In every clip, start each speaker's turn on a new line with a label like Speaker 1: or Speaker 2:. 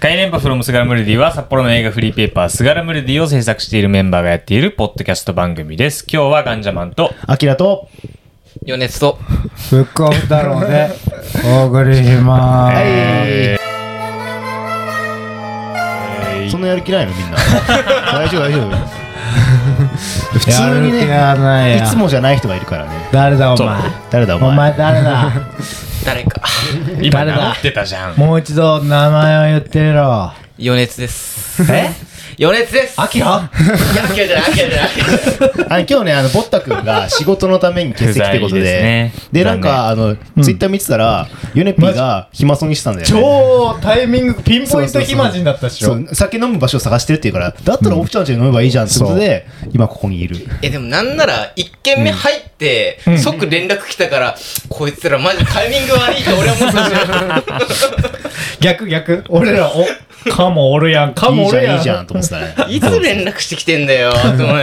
Speaker 1: 外連覇 from スガラムルディは札幌の映画フリーペーパー、スガラムルディを制作しているメンバーがやっているポッドキャスト番組です。今日はガンジャマンと、
Speaker 2: アキラと、
Speaker 3: 余熱と
Speaker 4: ブックオフ太郎でお送りしま
Speaker 1: えー
Speaker 2: そんなやる気ないのみんな。大丈夫、大丈夫。普
Speaker 4: す。や
Speaker 2: 通
Speaker 4: る
Speaker 2: に
Speaker 4: 気
Speaker 2: ね、
Speaker 4: がない
Speaker 2: い
Speaker 4: や
Speaker 2: つ。もじゃない人がいるからね。
Speaker 4: 誰だお
Speaker 1: そう
Speaker 4: 前。
Speaker 2: 誰だ、お
Speaker 4: お
Speaker 2: 前。
Speaker 4: 前誰だ
Speaker 3: 誰か
Speaker 1: 今
Speaker 4: 誰だ
Speaker 1: 名乗ってたじゃん。
Speaker 4: もう一度名前を言ってみろ。
Speaker 3: 余熱です
Speaker 4: え
Speaker 3: 余熱です
Speaker 4: アキラ
Speaker 3: いやアキラじゃないアキラじゃない
Speaker 2: あの今日ね、あの、ぼったくんが仕事のために欠席ってこ
Speaker 1: 不
Speaker 2: と
Speaker 1: 在です
Speaker 2: で
Speaker 1: ね。
Speaker 2: で、なんか、あの、ツイッター見てたら、ユネピーが暇そうにしてたんだよね。
Speaker 4: 超タイミング、ピンポイン
Speaker 2: そ
Speaker 4: ト
Speaker 2: うそうそう
Speaker 4: 暇人だったっし
Speaker 2: そ
Speaker 4: ょ。
Speaker 2: う酒飲む場所を探してるっていうからだったらオフちゃんちで飲めばいいじゃんってことで、今ここにいる
Speaker 3: えでもなんなら一軒目入って、即連絡来たから、こいつらマジタイミング悪いと俺は思ってたし
Speaker 4: 逆逆。俺ら、お、かもおるやん、か
Speaker 2: い
Speaker 4: も
Speaker 2: い
Speaker 4: お
Speaker 2: じ
Speaker 4: る
Speaker 2: ゃん
Speaker 4: や
Speaker 2: いいじゃ
Speaker 4: ん。
Speaker 2: んと思ってたね
Speaker 3: いつ連絡してきてんだよと思いながら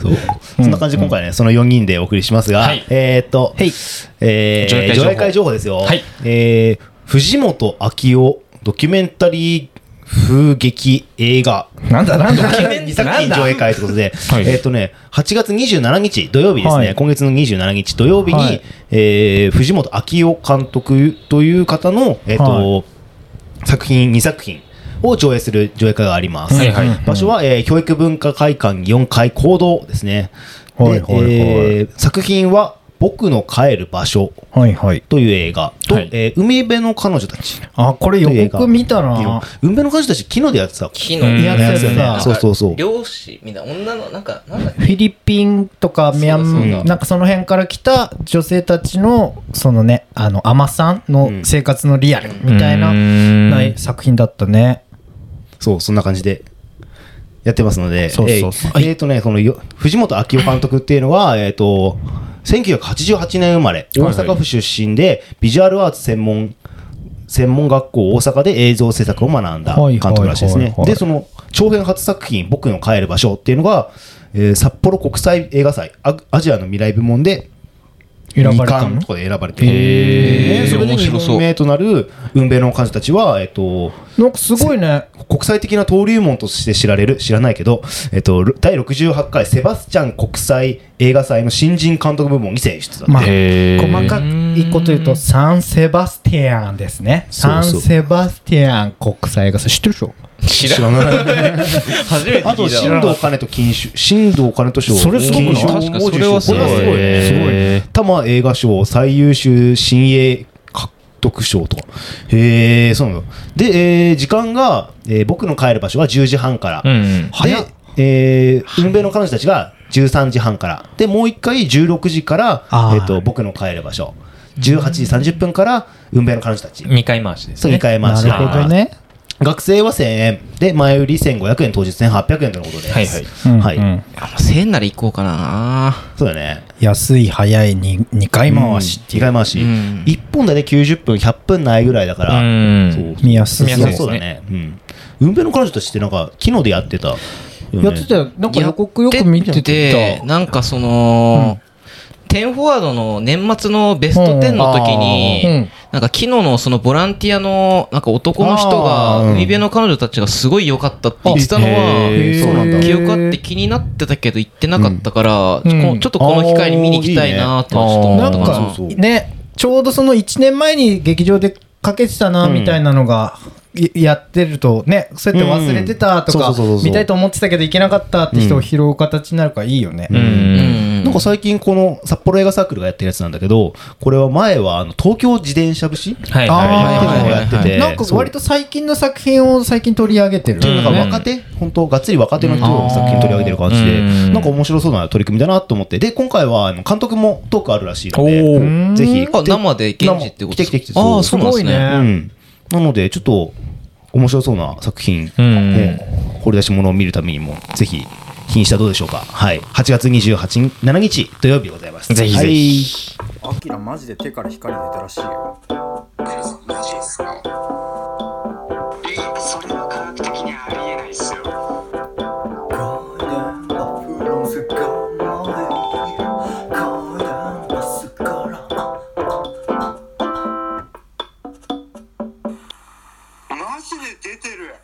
Speaker 2: そうそんな感じで今回ねその4人でお送りしますが、
Speaker 1: はい
Speaker 2: えーっと
Speaker 1: はい
Speaker 2: え
Speaker 1: 上映会
Speaker 2: ー
Speaker 1: 情報
Speaker 2: 上映会情報ですよ、
Speaker 1: はい
Speaker 2: えー藤本昭夫ドキュメンタリー風劇映画
Speaker 4: なんだなんだ
Speaker 2: 2作品上映会ということで、
Speaker 1: はい
Speaker 2: えーっとね、8月27日土曜日ですね、
Speaker 4: はい
Speaker 2: 今月の27日土曜日に、
Speaker 4: はい
Speaker 2: えー藤本昭夫監督という方の、えーっと
Speaker 4: は
Speaker 2: 作品2作品を上映する上映会があります。
Speaker 1: はいはい
Speaker 2: 場所は、えー教育文化会館4階講堂ですね。で
Speaker 4: はいはいはい
Speaker 2: えー作品は僕の帰る場所
Speaker 4: はいはい。
Speaker 2: という映画と、
Speaker 1: はい
Speaker 2: えー海辺の彼女たち。
Speaker 4: あ、これ
Speaker 2: という映
Speaker 4: 予
Speaker 2: 画
Speaker 4: 告見たな。
Speaker 2: 海辺の彼女たち、昨日でやってた。
Speaker 3: 木
Speaker 1: う
Speaker 3: の
Speaker 1: ん
Speaker 3: なんか
Speaker 4: やつやつ
Speaker 2: そうそうそう。
Speaker 3: 漁師みたいな女のなんかなんだっけ
Speaker 4: フィリピンとかミャ
Speaker 3: そうだ
Speaker 2: そうだ
Speaker 4: ンなんかその辺から来た女性たちのそのねあの海女さんの生活のリアルみたいな,、
Speaker 1: うーん
Speaker 4: ない作品だったね
Speaker 2: そう、そんな感じで。やってますので、
Speaker 4: そうそうそう
Speaker 2: えーえーとね、このよ藤本昭夫監督っていうのは、えっと、1988年生まれ、大
Speaker 1: はい
Speaker 2: 阪府出身で、ビジュアルアーツ専門、専門学校大阪で映像制作を学んだ
Speaker 4: はい
Speaker 2: 監督らしいです
Speaker 4: はい
Speaker 2: ね
Speaker 4: はい。はい
Speaker 2: で、その長編初作品、僕の帰る場所っていうのが、えー札幌国際映画祭ア、アジアの未来部門で、
Speaker 4: 選ばれた
Speaker 2: 二
Speaker 4: の
Speaker 2: 冠とかで選ばれてる。
Speaker 1: へー
Speaker 2: でそれで
Speaker 1: 面
Speaker 2: 2
Speaker 1: 白そう
Speaker 2: 本目となる、運命の彼女たちは、えっと、
Speaker 4: なんかすごいね
Speaker 2: 国際的な登竜門として知られる、知らないけど、えっと、第68回セバスチャン国際映画祭の新人監督部門に選出だって。
Speaker 4: まあ
Speaker 1: へー
Speaker 4: 細かく一個と言うとサンセバスティアンですね
Speaker 2: そ
Speaker 4: サ
Speaker 2: う
Speaker 4: ン
Speaker 2: そう
Speaker 4: セバスティアン国際映画祭知ってるでしょ
Speaker 3: 知らない初めて
Speaker 2: あ
Speaker 3: 聞
Speaker 2: と、
Speaker 3: いた
Speaker 2: 新
Speaker 3: わ
Speaker 2: 藤金と金賞、新藤金と賞、
Speaker 4: それすごくない
Speaker 2: 金賞
Speaker 1: 確か
Speaker 2: も受賞
Speaker 1: それはすごい
Speaker 2: これはすごいね。すごい
Speaker 1: へ
Speaker 2: ね。多摩映画賞最優秀新鋭獲得賞とか。へえ、そうなの。で、えー時間が、えー僕の帰る場所は10時半から。
Speaker 1: うんうん。
Speaker 4: 早っ
Speaker 2: で、えー、運命の彼女たちが13時半から。で、もう一回16時から、
Speaker 4: あー
Speaker 2: えっと、僕の帰る場所。18時30分から、運命の彼女たち。
Speaker 1: 2回回しです
Speaker 2: そう、
Speaker 1: ね。
Speaker 2: 2回回し。
Speaker 4: なるほどね
Speaker 2: 学生は1000円。で、前売り1500円、当日1800円とのことです。
Speaker 1: はいはい
Speaker 4: うん
Speaker 2: はい
Speaker 4: うん
Speaker 3: あもう1000円なら行こうかな
Speaker 2: そうだね。
Speaker 4: 安い早いに2回回しって
Speaker 2: 2
Speaker 4: いう
Speaker 2: 回回し。
Speaker 3: うん
Speaker 2: 1本だね、90分、100分ないぐらいだから。
Speaker 1: うん
Speaker 2: そう
Speaker 4: 見やす
Speaker 1: 見やすいですね
Speaker 2: そうだね。うん。運命の彼女たちってなんか、昨日でやってたよね。
Speaker 4: やってたよなんか予告よく見て
Speaker 3: で
Speaker 4: た
Speaker 3: なんかその、テンフォワードの年末のベスト10の時に、
Speaker 4: うん
Speaker 3: なんか昨日のそのボランティアのなんか男の人が
Speaker 2: あーうん
Speaker 3: 海辺の彼女たちがすごい良かったって言ってたの
Speaker 2: へ
Speaker 3: は
Speaker 2: ーそうなんだ。
Speaker 3: 記憶あって気になってたけど行ってなかったから、
Speaker 4: うん
Speaker 3: こうちょっとこの機会に見に行きたいなってちょっと思
Speaker 4: な
Speaker 3: った
Speaker 4: ん
Speaker 3: かな
Speaker 2: あーいいねあーそ
Speaker 4: か
Speaker 2: うそう
Speaker 4: ねちょうどその1年前に劇場でかけてたな
Speaker 2: うん
Speaker 4: みたいなのが、いやってるとねそうやって忘れてたと
Speaker 2: う
Speaker 4: か
Speaker 2: んそうそうそうそう
Speaker 4: 見たいと思ってたけどいけなかったって人を拾う形になるからいいよね、
Speaker 1: うん
Speaker 3: うん
Speaker 2: なんか最近この札幌映画サークルがやってるやつなんだけど、これは前はあの東京自転車節って
Speaker 1: はい
Speaker 2: いう
Speaker 3: あー
Speaker 2: のをやってて、
Speaker 4: なんか割と最近の作品を最近取り上げてる、
Speaker 2: そう、なんか若手、本当がっつり若手の人を作品取り上げてる感じで、
Speaker 1: うん
Speaker 2: なんか面白そうな取り組みだなと思って、で、今回はあの監督もトークあるらしいの
Speaker 1: お
Speaker 2: で、
Speaker 1: ー
Speaker 4: うん
Speaker 2: ぜひ。
Speaker 3: あ生で現地ってこと
Speaker 2: 来て
Speaker 3: で
Speaker 2: 来て来て
Speaker 3: すかああそうなんですす
Speaker 4: ごい
Speaker 3: ね
Speaker 2: う
Speaker 4: ね、
Speaker 2: ん。なので、ちょっと面白そうな作品、
Speaker 1: うん
Speaker 2: ね掘り出し物を見るためにも、ぜひ、気にしたらどうでしょうか。はい。8月28日、7日土曜日でございます。
Speaker 1: ぜひぜひ
Speaker 2: はい
Speaker 5: アキラマジで手から光出たらしいよ
Speaker 6: マジですかえそれは科学的にありえないっすよマジで出てる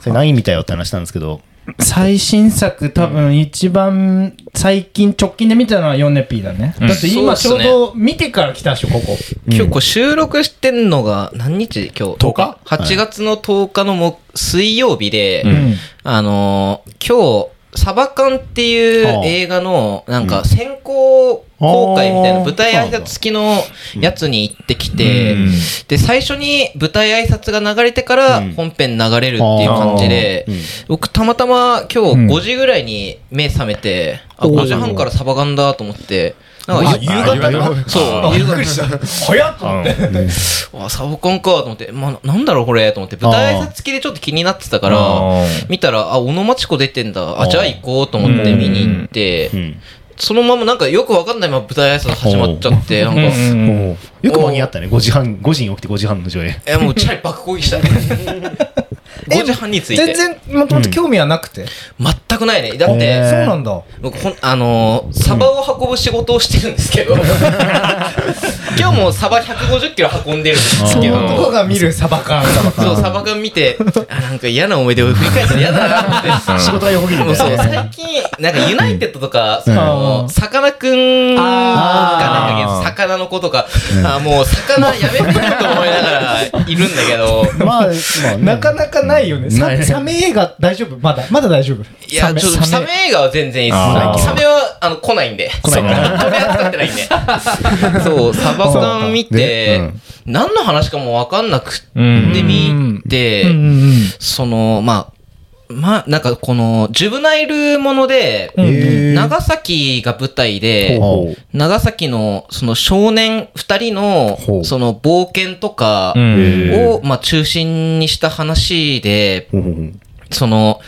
Speaker 2: それ何見たよって話なんですけど、
Speaker 4: 最新作多分一番最近直近で見たのはヨネピーだね、だって今ちょうど見てから来たでしょここ
Speaker 3: 今日こう収録してんのが何日今日
Speaker 2: 10日
Speaker 3: ?8 月の10日のも水曜日で、
Speaker 1: うん
Speaker 4: うん
Speaker 3: あのー今日、サバ缶っていう
Speaker 2: ああ
Speaker 3: 映画の、なんか先行公開みたいな
Speaker 2: ああ
Speaker 3: 舞台挨拶付きのやつに行ってきて、
Speaker 1: うん
Speaker 3: で、最初に舞台挨拶が流れてから
Speaker 2: うん
Speaker 3: 本編流れるっていう感じで、
Speaker 2: うん
Speaker 3: 僕たまたま今
Speaker 4: うん
Speaker 3: 日5時ぐらいに目覚めて、
Speaker 2: お
Speaker 3: あ、
Speaker 2: ー
Speaker 3: 5時半からサバ缶だと思って、なん
Speaker 2: あ
Speaker 3: か
Speaker 2: 夕方の
Speaker 3: そう、夕方
Speaker 4: 早っ
Speaker 3: あ、サボコンかと思って、まあ、なんだろうこれと思って、舞台挨拶付きでちょっと気になってたか
Speaker 1: あ
Speaker 3: ら、
Speaker 1: ー
Speaker 3: 見たら、あ、小野町子出てんだ。
Speaker 2: あ
Speaker 3: あ、
Speaker 2: ー
Speaker 3: じゃあ行こうと思って見に行って
Speaker 2: う、ん
Speaker 3: そのままなんかよくわかんないまま舞台挨拶始まっちゃって、なんか、
Speaker 1: うんうん
Speaker 2: おうよく間に合ったね、5時半、5時に起きて5時半の上映。
Speaker 3: え、もうチャリ爆攻撃 したね。5時半に着い
Speaker 4: 全
Speaker 3: て。
Speaker 4: 然もともと興味はなくて、
Speaker 3: 全くないね。だっ
Speaker 2: え
Speaker 4: そ
Speaker 2: ー
Speaker 4: う
Speaker 3: て、
Speaker 4: なんだ
Speaker 3: 僕ほん、あのー、サバを運ぶ仕事をしてるんですけど、今日もサバ150キロ運んでるんです
Speaker 4: そ
Speaker 3: け
Speaker 4: の
Speaker 3: ど、
Speaker 4: 男が見るサバ缶
Speaker 3: そう、サバ缶見て、あ、なんか嫌な思い出を振り返ったら嫌だなと 思って。
Speaker 2: 仕事が横切る
Speaker 3: で
Speaker 2: んだ
Speaker 3: も
Speaker 2: よ
Speaker 3: そう
Speaker 2: ね
Speaker 3: 最近なんかユナイテッドとかそ
Speaker 4: あー
Speaker 3: のさかなクンがなん
Speaker 1: あ
Speaker 3: か
Speaker 1: ー
Speaker 3: 魚の子とかあーもう魚やめてと思いながらいるんだけど
Speaker 2: まあ、まあね
Speaker 4: なかなかないよねササメ映画大丈夫まだまだ大丈夫
Speaker 3: いやちょっとサメ映画は全然いいっす
Speaker 1: あー
Speaker 3: サメはあの来ないんで
Speaker 2: 来ないから
Speaker 3: 取り扱ってない んでそうサバ缶見
Speaker 2: そう
Speaker 3: て
Speaker 2: か
Speaker 3: 何の話かも分かんなく
Speaker 1: う
Speaker 3: て
Speaker 1: ん。
Speaker 3: 見て
Speaker 4: うんうんうん
Speaker 3: そのまあまあなんかこのジュブナイルもので
Speaker 4: うん
Speaker 2: へー
Speaker 3: 長崎が舞台で、
Speaker 2: ほう
Speaker 3: 長崎のその少年2人
Speaker 2: ほう
Speaker 3: のその冒険とか
Speaker 1: うん
Speaker 3: をまあ中心にした話で、
Speaker 2: ほうほうほう
Speaker 3: その、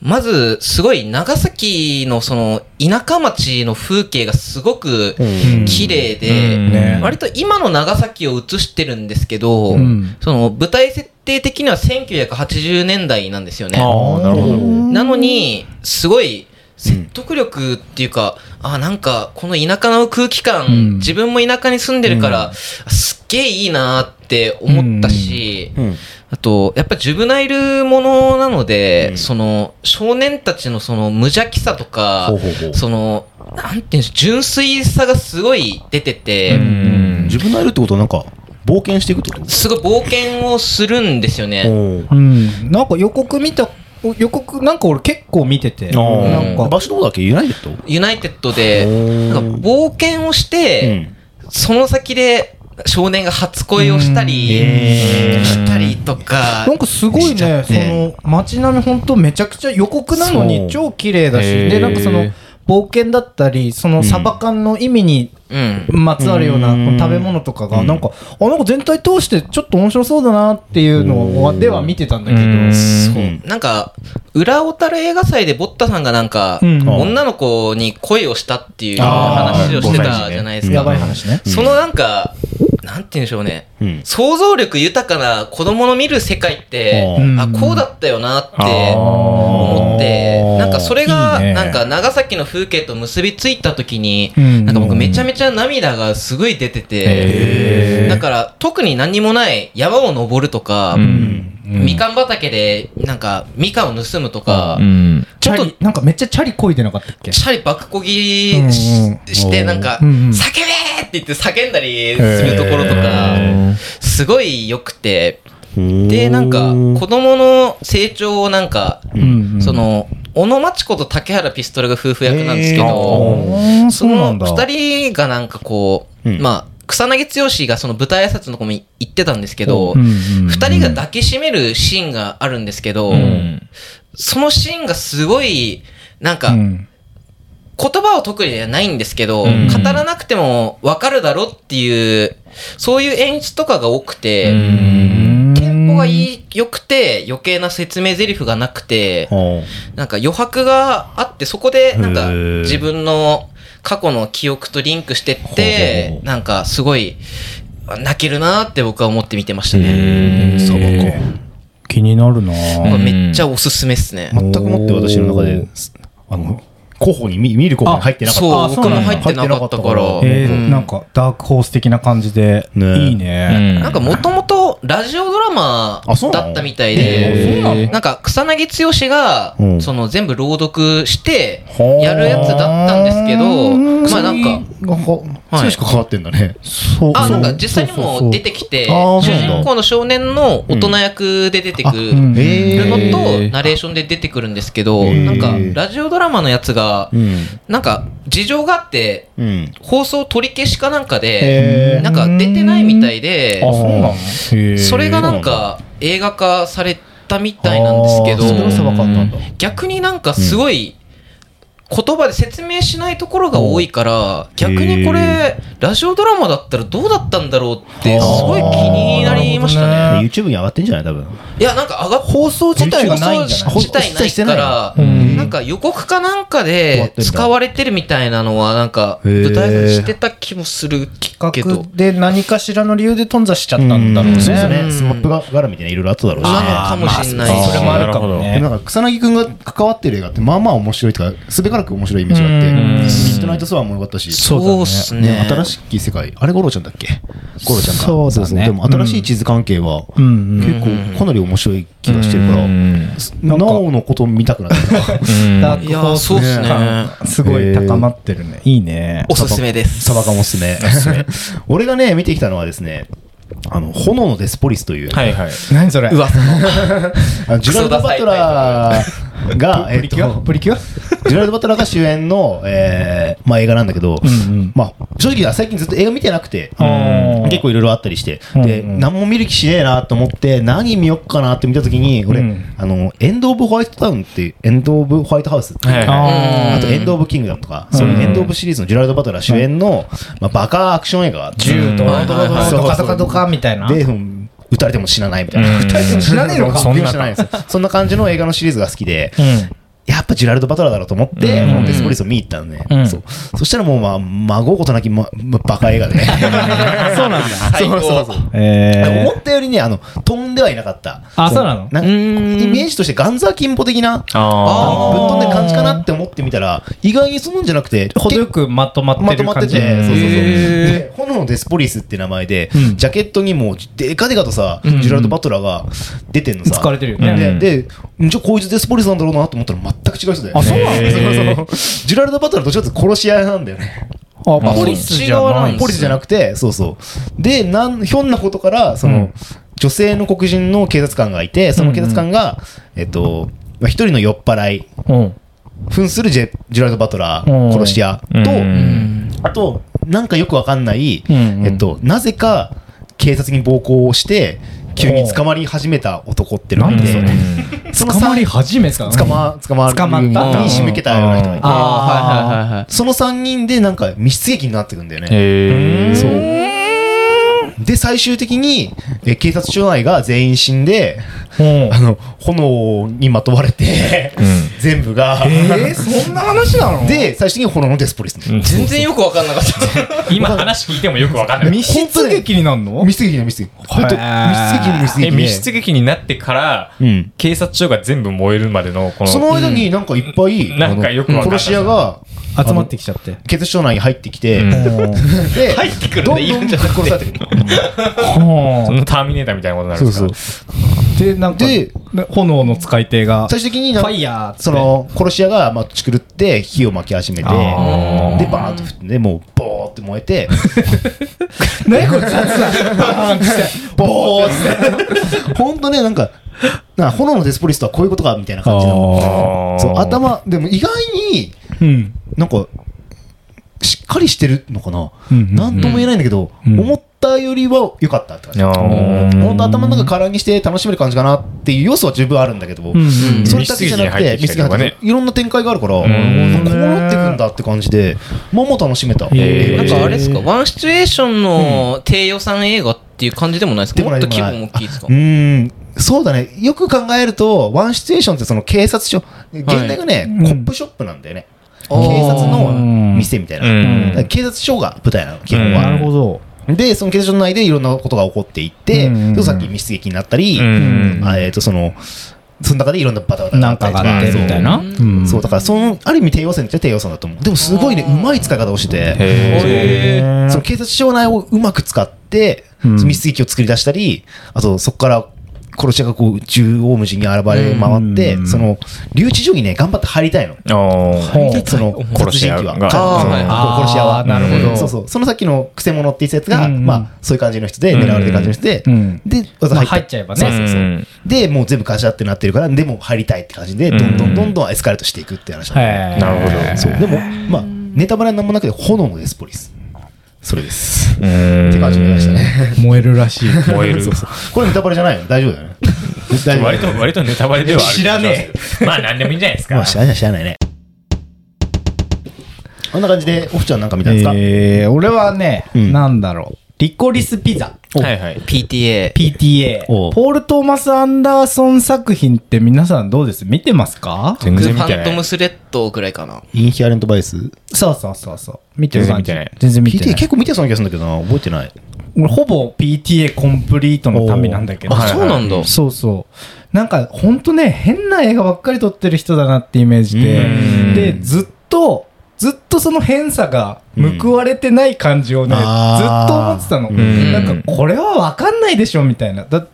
Speaker 3: まずすごい長崎のその田舎町の風景がすごく
Speaker 2: うん
Speaker 3: 綺麗
Speaker 1: うんね
Speaker 3: で、割と今の長崎を映してるんですけど
Speaker 4: うん、
Speaker 3: その舞台設定的には1980年代なんですよね。
Speaker 1: ああ、なるほど。
Speaker 3: なのに、すごい説得力っていうか、あ、なんか、この田舎の空気感、
Speaker 4: うん
Speaker 3: 自分も田舎に住んでるから、すっげえいいなって思ったし、
Speaker 2: うん
Speaker 3: あと、やっぱジュブナイルものなので、その、少年たちのその無邪気さとか、
Speaker 2: ほうほうほう
Speaker 3: その、なんていうんでしょう、純粋さがすごい出てて、
Speaker 1: うん
Speaker 2: 自分のやるってことはなんか、冒険していくってこと
Speaker 3: すごい冒険をするんですよね。
Speaker 2: おう
Speaker 4: うん、なんか予告見たお予告なんか俺結構見てて
Speaker 2: あ
Speaker 4: な
Speaker 2: ー
Speaker 4: んか
Speaker 2: 場所どこだっけユナイテッド
Speaker 3: ユナイテッドで、
Speaker 2: おー
Speaker 3: なんか冒険をして、
Speaker 2: うん
Speaker 3: その先で少年が初恋をしたり、したりとか
Speaker 4: な、んかすごい
Speaker 3: しちゃ
Speaker 4: ね
Speaker 3: っ
Speaker 4: そ
Speaker 3: て
Speaker 4: の街並みほんとめちゃくちゃ予告なの
Speaker 2: そう
Speaker 4: に超綺麗だし
Speaker 1: へー
Speaker 4: でなんかその冒険だったりそのサバ缶の意味に
Speaker 3: うん。
Speaker 4: まつわるような
Speaker 2: うん
Speaker 4: この食べ物とかが
Speaker 2: うん
Speaker 4: なんかあなんか全体通してちょっと面白そうだなっていうのは
Speaker 2: うん
Speaker 4: では見てたんだけど
Speaker 1: うん
Speaker 3: そう
Speaker 2: うん
Speaker 3: なんか、裏小樽映画祭でボッタさんがなんか、
Speaker 4: うん
Speaker 3: 女の子に恋をしたっていう
Speaker 2: あー
Speaker 3: 話をしてたじゃないですか。
Speaker 4: やばい話ね
Speaker 3: そのなんか、なんて言うんでしょうね。
Speaker 2: うん
Speaker 3: 想像力豊かな子供の見る世界って、
Speaker 4: うん
Speaker 3: あ、こうだったよなって思
Speaker 1: あ
Speaker 3: って、なんかそれが、
Speaker 4: いいね
Speaker 3: なんか長崎の風景と結びついた時に、
Speaker 4: うん
Speaker 3: なんか僕めちゃめちゃ涙がすごい出て
Speaker 1: へ
Speaker 3: て
Speaker 1: ー、
Speaker 3: だから特に何もない山を登るとか、
Speaker 1: うん
Speaker 3: みかん畑でなんかみかんを盗むとか
Speaker 1: う、ん。
Speaker 4: ちょっとなんかめっちゃチャリこいでなかったっけ
Speaker 3: チャリ爆こぎし,、
Speaker 4: うん
Speaker 3: てなんか、
Speaker 4: うんうん
Speaker 3: 叫べーって言って叫んだりするところとか、すごい良くて、で、なんか、子供の成長をなんか、
Speaker 4: うん
Speaker 3: その、小野町子と竹原ピストルが夫婦役なんですけ
Speaker 2: へ
Speaker 3: ど、
Speaker 4: あーそ
Speaker 3: そう
Speaker 4: な
Speaker 3: の
Speaker 4: んだ
Speaker 3: 二人がなんかこう、
Speaker 2: うん
Speaker 3: まあ、草薙剛がその舞台挨拶の子も言ってたんですけど、
Speaker 4: うんうん
Speaker 3: 二人が抱きしめるシーンがあるんですけど、
Speaker 1: うん
Speaker 3: そのシーンがすごい、なんか、
Speaker 4: うん
Speaker 3: 言葉は特にはないんですけど、
Speaker 1: うん
Speaker 3: 語らなくても分かるだろっていう、そういう演出とかが多くて、テンポがいい良くて、余計な説明台詞がなくて、
Speaker 2: おう
Speaker 3: なんか余白があって、そこでなん
Speaker 2: へ
Speaker 3: か
Speaker 2: ー
Speaker 3: 自分の過去の記憶とリンクしてっ
Speaker 2: ほうほうほ
Speaker 3: て
Speaker 2: う、
Speaker 3: なんかすごい泣けるなって僕は思って見てましたね。
Speaker 1: へ
Speaker 4: サバ
Speaker 1: ー
Speaker 4: 缶気になるな
Speaker 3: これめっちゃおすすめっすね。
Speaker 2: 全くもって私の中ですあの候補に見見る候補に入ってなかった
Speaker 3: そう
Speaker 4: あそう
Speaker 3: 僕も入ってなかったから
Speaker 2: 入ってなかった
Speaker 4: え
Speaker 3: う
Speaker 4: ー
Speaker 3: ん
Speaker 4: なんかダークホース的な感じで
Speaker 2: ね
Speaker 4: いいね
Speaker 3: なんかもともとラジオドラマ
Speaker 2: あそうなの
Speaker 3: だったみたい
Speaker 2: へ
Speaker 3: で、
Speaker 2: ー
Speaker 3: なんか草薙剛が
Speaker 2: うん
Speaker 3: その全部朗読して
Speaker 2: はあ
Speaker 3: やるやつだったんですけど、まあなんか、
Speaker 2: なんか、
Speaker 3: はい
Speaker 2: 剛しか変わってんだね。
Speaker 4: そう
Speaker 3: あ、なんか実際に
Speaker 4: そうそうそ
Speaker 3: も
Speaker 4: う
Speaker 3: 出てきて、
Speaker 2: あー
Speaker 3: 主
Speaker 2: そうなんだ
Speaker 3: 人公の少年の大人役で出てくる
Speaker 4: うん
Speaker 2: え
Speaker 3: の
Speaker 2: ー
Speaker 3: と、ナレーションで出てくるんですけど、
Speaker 2: へー
Speaker 3: なんかラジオドラマのやつが
Speaker 2: う、ん。
Speaker 3: なんか事情があって、
Speaker 2: うん。
Speaker 3: 放送取り消しかなんか
Speaker 2: へ
Speaker 3: で
Speaker 2: ー、
Speaker 3: なんか出てないみたいで、
Speaker 2: あ、そうなの
Speaker 3: それがなん、か映画化されたみたいなんですけ
Speaker 2: あーそれはさ
Speaker 3: ど
Speaker 2: ばかったんだ。
Speaker 3: 逆になんかすごい言葉で説明しないところが多いから逆にこれラジオドラマだったらどうだったんだろうってすごい気になりました
Speaker 4: あーなるほど
Speaker 3: ね
Speaker 4: ね。
Speaker 2: YouTube に上がってんじゃない多分。
Speaker 3: いやなんか上がっ
Speaker 4: 放送自体がないんだ
Speaker 3: 放送自体ないから
Speaker 4: うん
Speaker 3: なんか予告かなんか
Speaker 2: 終わっ
Speaker 3: で
Speaker 2: てんだ
Speaker 3: 使われてるみたいなのはなんか
Speaker 2: へー
Speaker 3: 舞台でしてた気もするけ
Speaker 4: 企
Speaker 3: ど
Speaker 4: 画で何かしらの理由で頓挫しちゃったんだろう
Speaker 2: う
Speaker 4: ね。
Speaker 2: んそうです
Speaker 3: う
Speaker 2: ね。
Speaker 3: ん
Speaker 2: スマップが絡みでね、いろいろあっただろうしね。
Speaker 3: なのかもしんない
Speaker 2: まあ
Speaker 4: それもあるかも
Speaker 2: で
Speaker 4: ね。
Speaker 2: もなんか草薙くんが関わってる映画ってまあまあ面白いとかすべからく面白いイメージがあって
Speaker 4: うん
Speaker 2: ミッドナイトスワンも良かったし
Speaker 4: そうだね
Speaker 3: そうっすね
Speaker 2: ね新しき世界あれ五郎ちゃんだっけ五郎ちゃんか
Speaker 4: そうだね
Speaker 2: でも新しい地図関係は
Speaker 4: うんうん。
Speaker 2: 結構かなり面白い気がしてるから
Speaker 4: なんか
Speaker 2: なおのこと見たくなってきた
Speaker 4: ダー
Speaker 3: い
Speaker 4: ク
Speaker 3: や
Speaker 4: ホー
Speaker 3: ー
Speaker 4: ス
Speaker 3: そうっすね
Speaker 4: 感すごい高まってるね。いいね。
Speaker 3: おすすめです
Speaker 2: サバカンおすすめ 俺がね見てきたのはですねあの炎のデスポリスという
Speaker 1: はいはい。
Speaker 4: 何それ
Speaker 3: うわその
Speaker 2: あのジュラルド・バトラーがえ
Speaker 4: プ
Speaker 2: っ
Speaker 4: リキュア
Speaker 2: と
Speaker 4: プリキュア
Speaker 2: ジュラルド・バトラーが主演の、えーまあ、映画なんだけど、
Speaker 4: うんうん
Speaker 2: まあ、正直最近ずっと映画見てなくて、
Speaker 4: うん
Speaker 2: 結構いろいろあったりして、で
Speaker 4: うんうん
Speaker 2: 何も見る気しねえなと思って何見よっかなって見た時に俺、
Speaker 4: うん
Speaker 2: あのエンド・オブ・ホワイトタウンっていうエンド・オブ・ホワイトハウスっていう、
Speaker 1: はい
Speaker 2: あ
Speaker 4: あ
Speaker 2: とエンド・オブ・キングダムとか、そういうエンド・オブシリーズのジュラルド・バトラー主演の、まあ、バカアクション映画があって
Speaker 4: 銃と
Speaker 3: はいはいはい
Speaker 4: ドカドカドカみたいな。
Speaker 2: で、うん撃たれても死なないみたいな。
Speaker 1: うん撃たれても
Speaker 4: 死なね えのか
Speaker 2: そんな知らないんですよそんな感じの映画のシリーズが好きで、
Speaker 4: うん
Speaker 2: やっぱジュラルド・バトラーだろうと思って、もうデスポリスを見に行ったのね、
Speaker 4: うん
Speaker 2: そうそしたらもう、まあ、まごうことなき、ま、まバカ映画で ね。
Speaker 4: そうなんだ。
Speaker 3: 最高
Speaker 4: え
Speaker 2: 思ったよりね、あの、飛んではいなかった。
Speaker 4: あそうなの
Speaker 2: なんかイメージとしてガンザーキンポ的な、あ
Speaker 1: あ
Speaker 2: のぶっ飛んでる感じかなって思ってみたら、意外にそんなんじゃなくて、
Speaker 4: ー、程よくまとまっ
Speaker 2: ま
Speaker 4: て
Speaker 2: と
Speaker 4: る
Speaker 2: まっ
Speaker 4: 感
Speaker 2: て
Speaker 4: じ。
Speaker 2: て、そうそうそう。
Speaker 4: へ
Speaker 2: で炎のデスポリスって名前で、
Speaker 4: うん
Speaker 2: ジャケットにもうデカデカとさ、ジュラルド・バトラーが出てんの
Speaker 4: ー
Speaker 2: さ。
Speaker 4: 疲れてるよ
Speaker 1: う
Speaker 4: ね。
Speaker 1: ん
Speaker 2: で、で、じゃあこいつデスポリスなんだろうなと思ったら全く違う人だよね。
Speaker 4: あそう
Speaker 1: なんだ
Speaker 2: そうそうそうジュラルド・バトラーどちらかというと殺し屋なんだよね。
Speaker 4: あ、
Speaker 1: あ
Speaker 4: ポリスじゃ
Speaker 3: そっち側
Speaker 4: な
Speaker 3: ないん。
Speaker 2: ポリスじゃなくて、そうそう。で、なんひょんなことから、その、
Speaker 4: うん
Speaker 2: 女性の黒人の警察官がいて、その警察官が、えっと、まあ一人の酔っ払い、
Speaker 4: うん。
Speaker 2: 扮するジェジュラルド・バトラ
Speaker 4: う
Speaker 2: ー、
Speaker 4: ん
Speaker 2: 殺し屋と、
Speaker 1: うん
Speaker 2: あと、なんかよくわかんない、
Speaker 4: うんうん
Speaker 2: えっと、なぜか警察に暴行をして、急に捕まり始めた男ってのがいて、
Speaker 4: なんで
Speaker 2: その
Speaker 4: 捕
Speaker 2: さ
Speaker 4: まり始めですか
Speaker 2: 捕ま、捕まる
Speaker 4: 捕まった
Speaker 2: に仕向けたような人がいて、
Speaker 4: あー
Speaker 3: はいはいはいはい
Speaker 2: その3人でなんか密室劇になってくんだよね。
Speaker 1: へえ。
Speaker 2: そう。で、最終的に、え警察署内が全員死んで、
Speaker 4: うん
Speaker 2: あの、炎にまとわれて、全部が、
Speaker 4: えー、そんな話なの
Speaker 2: で、最終的に炎のデスポリスね。
Speaker 3: 全然よくわかんなかった
Speaker 1: 今話聞いてもよくわかんない。
Speaker 4: 密室劇になんの
Speaker 2: 密室劇ね、密室劇。ほんと密室劇の密室劇
Speaker 1: え
Speaker 2: で
Speaker 1: 密室劇になってから
Speaker 2: うん
Speaker 1: 警察署が全部燃えるまでのこ
Speaker 2: そ
Speaker 1: の
Speaker 2: の間になんかいっぱい、
Speaker 1: うんなんかよくわかんない
Speaker 2: 殺し屋が、
Speaker 4: 集まってきちゃって。
Speaker 2: 警察署内に入ってきて、
Speaker 1: うん
Speaker 2: で、
Speaker 3: 入ってくるんだ
Speaker 2: どんど
Speaker 3: 言うんんじゃなく
Speaker 2: 殺
Speaker 3: て
Speaker 2: されてくる。
Speaker 1: そ
Speaker 4: は
Speaker 1: のターミネーターみたいなことにな
Speaker 2: そ
Speaker 1: るん
Speaker 2: う
Speaker 1: です
Speaker 2: そ
Speaker 1: か
Speaker 2: う。
Speaker 4: で、なんか
Speaker 2: で、
Speaker 4: 炎の使い手が、
Speaker 2: 最終的に
Speaker 4: フ
Speaker 2: なんか
Speaker 4: ァイヤーっつって
Speaker 2: そ、 の殺し屋がまあちくるって火を巻き始めて
Speaker 1: あー
Speaker 2: でバーッと振ってねもうボーって燃えて
Speaker 4: 何これ雑談バーンって
Speaker 2: ボーってほんとねなんかな炎のデスポリスとはこういうことかみたいな感じなの
Speaker 1: あー
Speaker 2: そう頭でも意外に
Speaker 4: うん。
Speaker 2: なんかしっかりしてるのかな、
Speaker 4: うんうんうん
Speaker 2: なんとも言えないんだけど、
Speaker 4: うん
Speaker 2: 思ったよりは良かったって感じ、
Speaker 1: あー
Speaker 2: ほんと頭の中空にして楽しめる感じかなっていう要素は十分あるんだけど、
Speaker 4: うん
Speaker 1: ん
Speaker 2: それだけじゃなくて、
Speaker 1: ミ
Speaker 2: ミ
Speaker 1: ステリーに入
Speaker 2: ス
Speaker 1: ってきたりとかね
Speaker 2: いろんな展開があるから、こうなってくんだって感じで、まあまあ楽しめた。
Speaker 4: へー
Speaker 3: なんかあれですかワンシチュエーションの低予算映画っていう感じでもないですか
Speaker 2: でも
Speaker 3: も
Speaker 2: な
Speaker 3: っ
Speaker 2: い
Speaker 3: と規模も大きいですか
Speaker 2: うーん、そうだね。よく考えると、ワンシチュエーションってその警察署、現代がね、
Speaker 4: うん
Speaker 2: コップショップなんだよね。警
Speaker 3: あー
Speaker 2: 察の店みたいな。
Speaker 1: うん
Speaker 2: だから警察署が舞台なの、基本
Speaker 1: なる
Speaker 2: は。
Speaker 1: ほ
Speaker 4: ど。
Speaker 2: で、その警察署内でいろんなことが起こっていって
Speaker 4: うん、
Speaker 2: そうさっき密室劇になったり、
Speaker 1: うん
Speaker 2: あえっと、その、その中でいろんなバタバタ
Speaker 4: なんか
Speaker 2: が
Speaker 4: が
Speaker 2: あった
Speaker 4: あ
Speaker 2: り
Speaker 4: って
Speaker 2: とか
Speaker 4: みたいな。うん
Speaker 2: そうだからそのある意味帝王戦っちゃ帝王戦だと思うでもすごいねうまい使い方をしてて
Speaker 1: へー
Speaker 2: その警察庁内をうまく使って、
Speaker 4: うん
Speaker 2: 密室劇を作り出したり、あとそこから殺し屋がこう縦横無尽に現れ回って、
Speaker 4: うん
Speaker 2: その留置所にね、頑張って入りたいの。
Speaker 1: おー
Speaker 2: その殺
Speaker 1: 殺
Speaker 2: し
Speaker 1: し
Speaker 2: 屋
Speaker 1: 屋
Speaker 2: は
Speaker 1: が。
Speaker 3: あー
Speaker 2: そう
Speaker 3: はい
Speaker 4: あー
Speaker 2: 殺し屋は。
Speaker 4: なるほど
Speaker 2: そうそう。そのさっきのくせ者って言ってたやつが、
Speaker 4: うん
Speaker 2: まあそういう感じの人で、狙われてる感じの人で、
Speaker 4: うん
Speaker 2: で、わざ
Speaker 4: ま
Speaker 2: わ
Speaker 4: あ
Speaker 2: ざ
Speaker 4: 入っちゃえばね。
Speaker 2: そうそうそうで、もう全部会社ってなってるから、でも入りたいって感じで、どんどんどんどんエスカレートしていくって話なの
Speaker 4: へー
Speaker 1: なるほど
Speaker 2: そうでも、まあ、ネタバレなんもなくて、炎のデスポリス。それです。
Speaker 1: うーん
Speaker 2: って感じになりましたね。
Speaker 4: 燃えるらしい。
Speaker 1: 燃え る。
Speaker 2: これネタバレじゃないの大丈夫だよね。大
Speaker 1: 割と、割とネタバレではある。
Speaker 4: 知らね
Speaker 1: え。まあ、なんでもいいんじゃないです
Speaker 2: ま
Speaker 1: か
Speaker 2: あ、。知らない、知らないね。こんな感じで、オフちゃんなんか見たんですか、
Speaker 4: えー俺はね、
Speaker 2: うん
Speaker 4: なんだろう。リコリスピザ。
Speaker 1: はいはい。
Speaker 3: PTA。
Speaker 4: PTA。
Speaker 2: お
Speaker 4: ポール・トーマス・アンダーソン作品って皆さんどうです見てますか
Speaker 1: 全
Speaker 3: フ
Speaker 1: 然見て
Speaker 3: ァント
Speaker 1: ない
Speaker 3: ム。スレッドぐらいかな。
Speaker 2: インヒアレントバイス
Speaker 4: そうそうそうそう。見てる感じ
Speaker 1: 全然見てない
Speaker 4: 全然見てない。
Speaker 2: ?PTA 結構見てそうな気がするんだけどな、覚えてない。
Speaker 4: 俺ほぼ PTA コンプリートの民なんだけど。
Speaker 1: おー
Speaker 3: あ、
Speaker 1: はい
Speaker 3: そうなんだ。
Speaker 4: そうそう。なんか、ほんとね、変な映画ばっかり撮ってる人だなってイメージ
Speaker 1: うん
Speaker 4: で、で、ずっと、ずっとその変さが報われてない感じをね、
Speaker 2: うん
Speaker 4: ずっと思ってたの。
Speaker 1: ん
Speaker 4: なんか、これはわかんないでしょみたいな。だ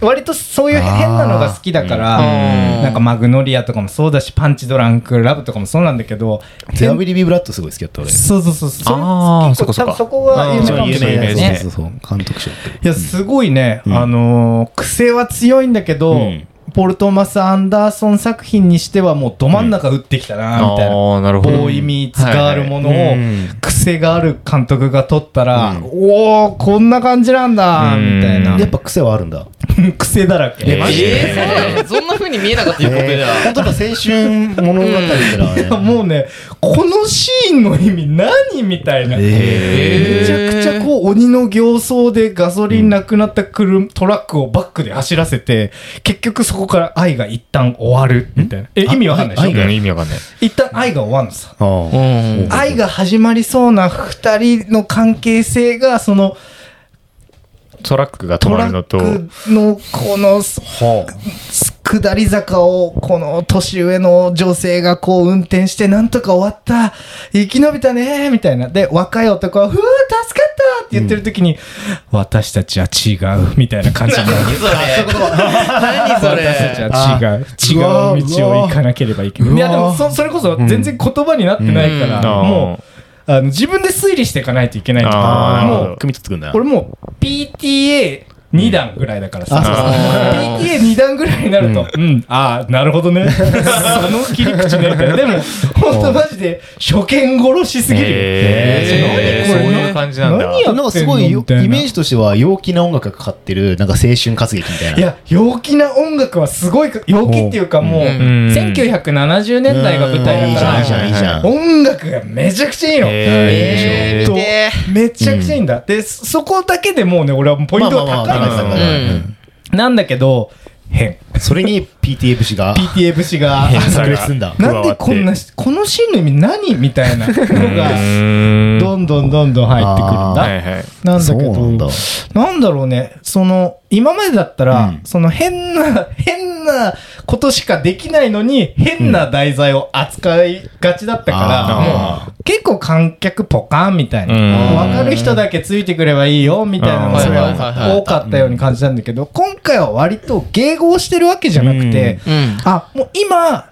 Speaker 4: 割とそういう変なのが好きだから、
Speaker 3: あーうん
Speaker 4: なんかマグノリアとかもそうだし、パンチドランクラブとかもそうなんだけど、
Speaker 2: ゼアビリビー・ブラッドすごい好きだった、俺。
Speaker 4: そうそうそう。それ
Speaker 1: あー
Speaker 4: 結構
Speaker 1: そっかそっか
Speaker 4: 多分そこが
Speaker 1: うん
Speaker 4: 有名かも
Speaker 1: 有
Speaker 4: し
Speaker 1: 名
Speaker 4: れないですね。
Speaker 2: そうそうそう、監督賞って。
Speaker 4: いや、すごいね、あのー癖は強いんだけど、
Speaker 2: うん
Speaker 4: ポル・トーマス・アンダーソン作品にしてはもうど真ん中打ってきたな、みた
Speaker 1: あ
Speaker 4: いな。
Speaker 1: ー、なるほど。
Speaker 4: ボーイミーツがあるものを
Speaker 2: はいはいうん
Speaker 4: 癖がある監督が撮ったら、
Speaker 2: うん
Speaker 4: おおこんな感じなんだ
Speaker 1: うん
Speaker 4: みたいな
Speaker 2: やっぱ癖はあるんだ。
Speaker 4: 癖だらけ、
Speaker 1: えマジで
Speaker 3: えー、そうなのそんな風に見えなかったよ、僕じゃ。
Speaker 2: 本当だ、青春物語ってのはい
Speaker 4: や
Speaker 2: ね。
Speaker 4: もうねこのシーンの意味何みたいな、
Speaker 2: え
Speaker 4: めちゃくちゃこう鬼の形相でガソリンなくなった車、トラックをバックで走らせて結局そこから愛が一旦終わるみたいなえ意味わかんないでしょ
Speaker 1: 愛が意味わかんない。
Speaker 4: 一旦愛が終わるのさ
Speaker 2: ーああ
Speaker 3: うん。
Speaker 4: 愛が始まりそうな2人の関係性がその
Speaker 1: トラックが止
Speaker 4: ト
Speaker 1: ま
Speaker 4: ラ
Speaker 1: るの
Speaker 4: ッ
Speaker 1: と、
Speaker 4: クのこのす下り坂をこの年上の女性がこう運転してなんとか終わった生き延びたねみたいなで若い男は「ふう助かった!」って言ってる時に、私たちは違う」みたいな感じになる。
Speaker 3: 何それ 何そ
Speaker 4: 私た
Speaker 3: れ
Speaker 4: ちは違う違
Speaker 2: うわ
Speaker 4: う道を行かなければいけない。いやでもそそれこそ全然言葉になってないから、
Speaker 1: うん
Speaker 4: もうあの自分で推理していかないといけないんだけど
Speaker 1: あー
Speaker 4: もう
Speaker 2: 組み立つくんだ
Speaker 4: 俺もう PTA2 段ぐらいだからさ、
Speaker 3: あそう
Speaker 4: PTA2 段ぐらいになると、うん、ああ、なるほどね。その切り口ね、みたいな。でも、ほんとマジで、初見殺しすぎるよ。
Speaker 1: へー
Speaker 4: そ
Speaker 1: そう
Speaker 4: の
Speaker 1: ういう感じなんだ
Speaker 4: 何。や
Speaker 2: なんかすごいよ
Speaker 4: みたいな
Speaker 2: イメージとしては陽気な音楽がかかってるなんか青春活劇みたいない
Speaker 4: や、陽気な音楽はすごいか、陽気っていうかもう、
Speaker 1: ん
Speaker 4: 1970年代が舞台だ
Speaker 2: うんいいじゃんいいじゃんいいじゃ
Speaker 4: から、
Speaker 2: ん
Speaker 4: 音楽がめちゃくちゃいいの。
Speaker 1: へー
Speaker 4: えーと
Speaker 3: 見て
Speaker 4: めちゃくちゃいいんだ。で、そそこだけでもうね、俺はポイントが高い
Speaker 2: まあまあまあ高
Speaker 4: の
Speaker 2: い高
Speaker 4: さ
Speaker 2: い
Speaker 3: うん
Speaker 4: なんだけど、変。
Speaker 2: それに PTA 節が
Speaker 4: PTA 節が。
Speaker 2: 炸裂すんだ
Speaker 4: なんでこんなし、このシーンの意味何みたいなのが、
Speaker 1: ん
Speaker 4: どんどんどんどん入ってくるん
Speaker 1: は
Speaker 4: だ。
Speaker 1: いはい。
Speaker 4: なんだ
Speaker 2: そう
Speaker 4: けど、
Speaker 2: なんだ
Speaker 4: なんだろうね、その、今までだったら、
Speaker 2: うん
Speaker 4: その変な、 変なことしかできないのに、変な題材を扱いがちだったから、
Speaker 2: あー
Speaker 4: もう結構観客ポカンみたいな。
Speaker 1: うん
Speaker 4: わかる人だけついてくればいいよ、みたいなの
Speaker 1: うん
Speaker 4: が多かったように感じたんだけど、今回は割と迎合してるわけじゃなくて、
Speaker 3: うん。
Speaker 4: あ、もう今、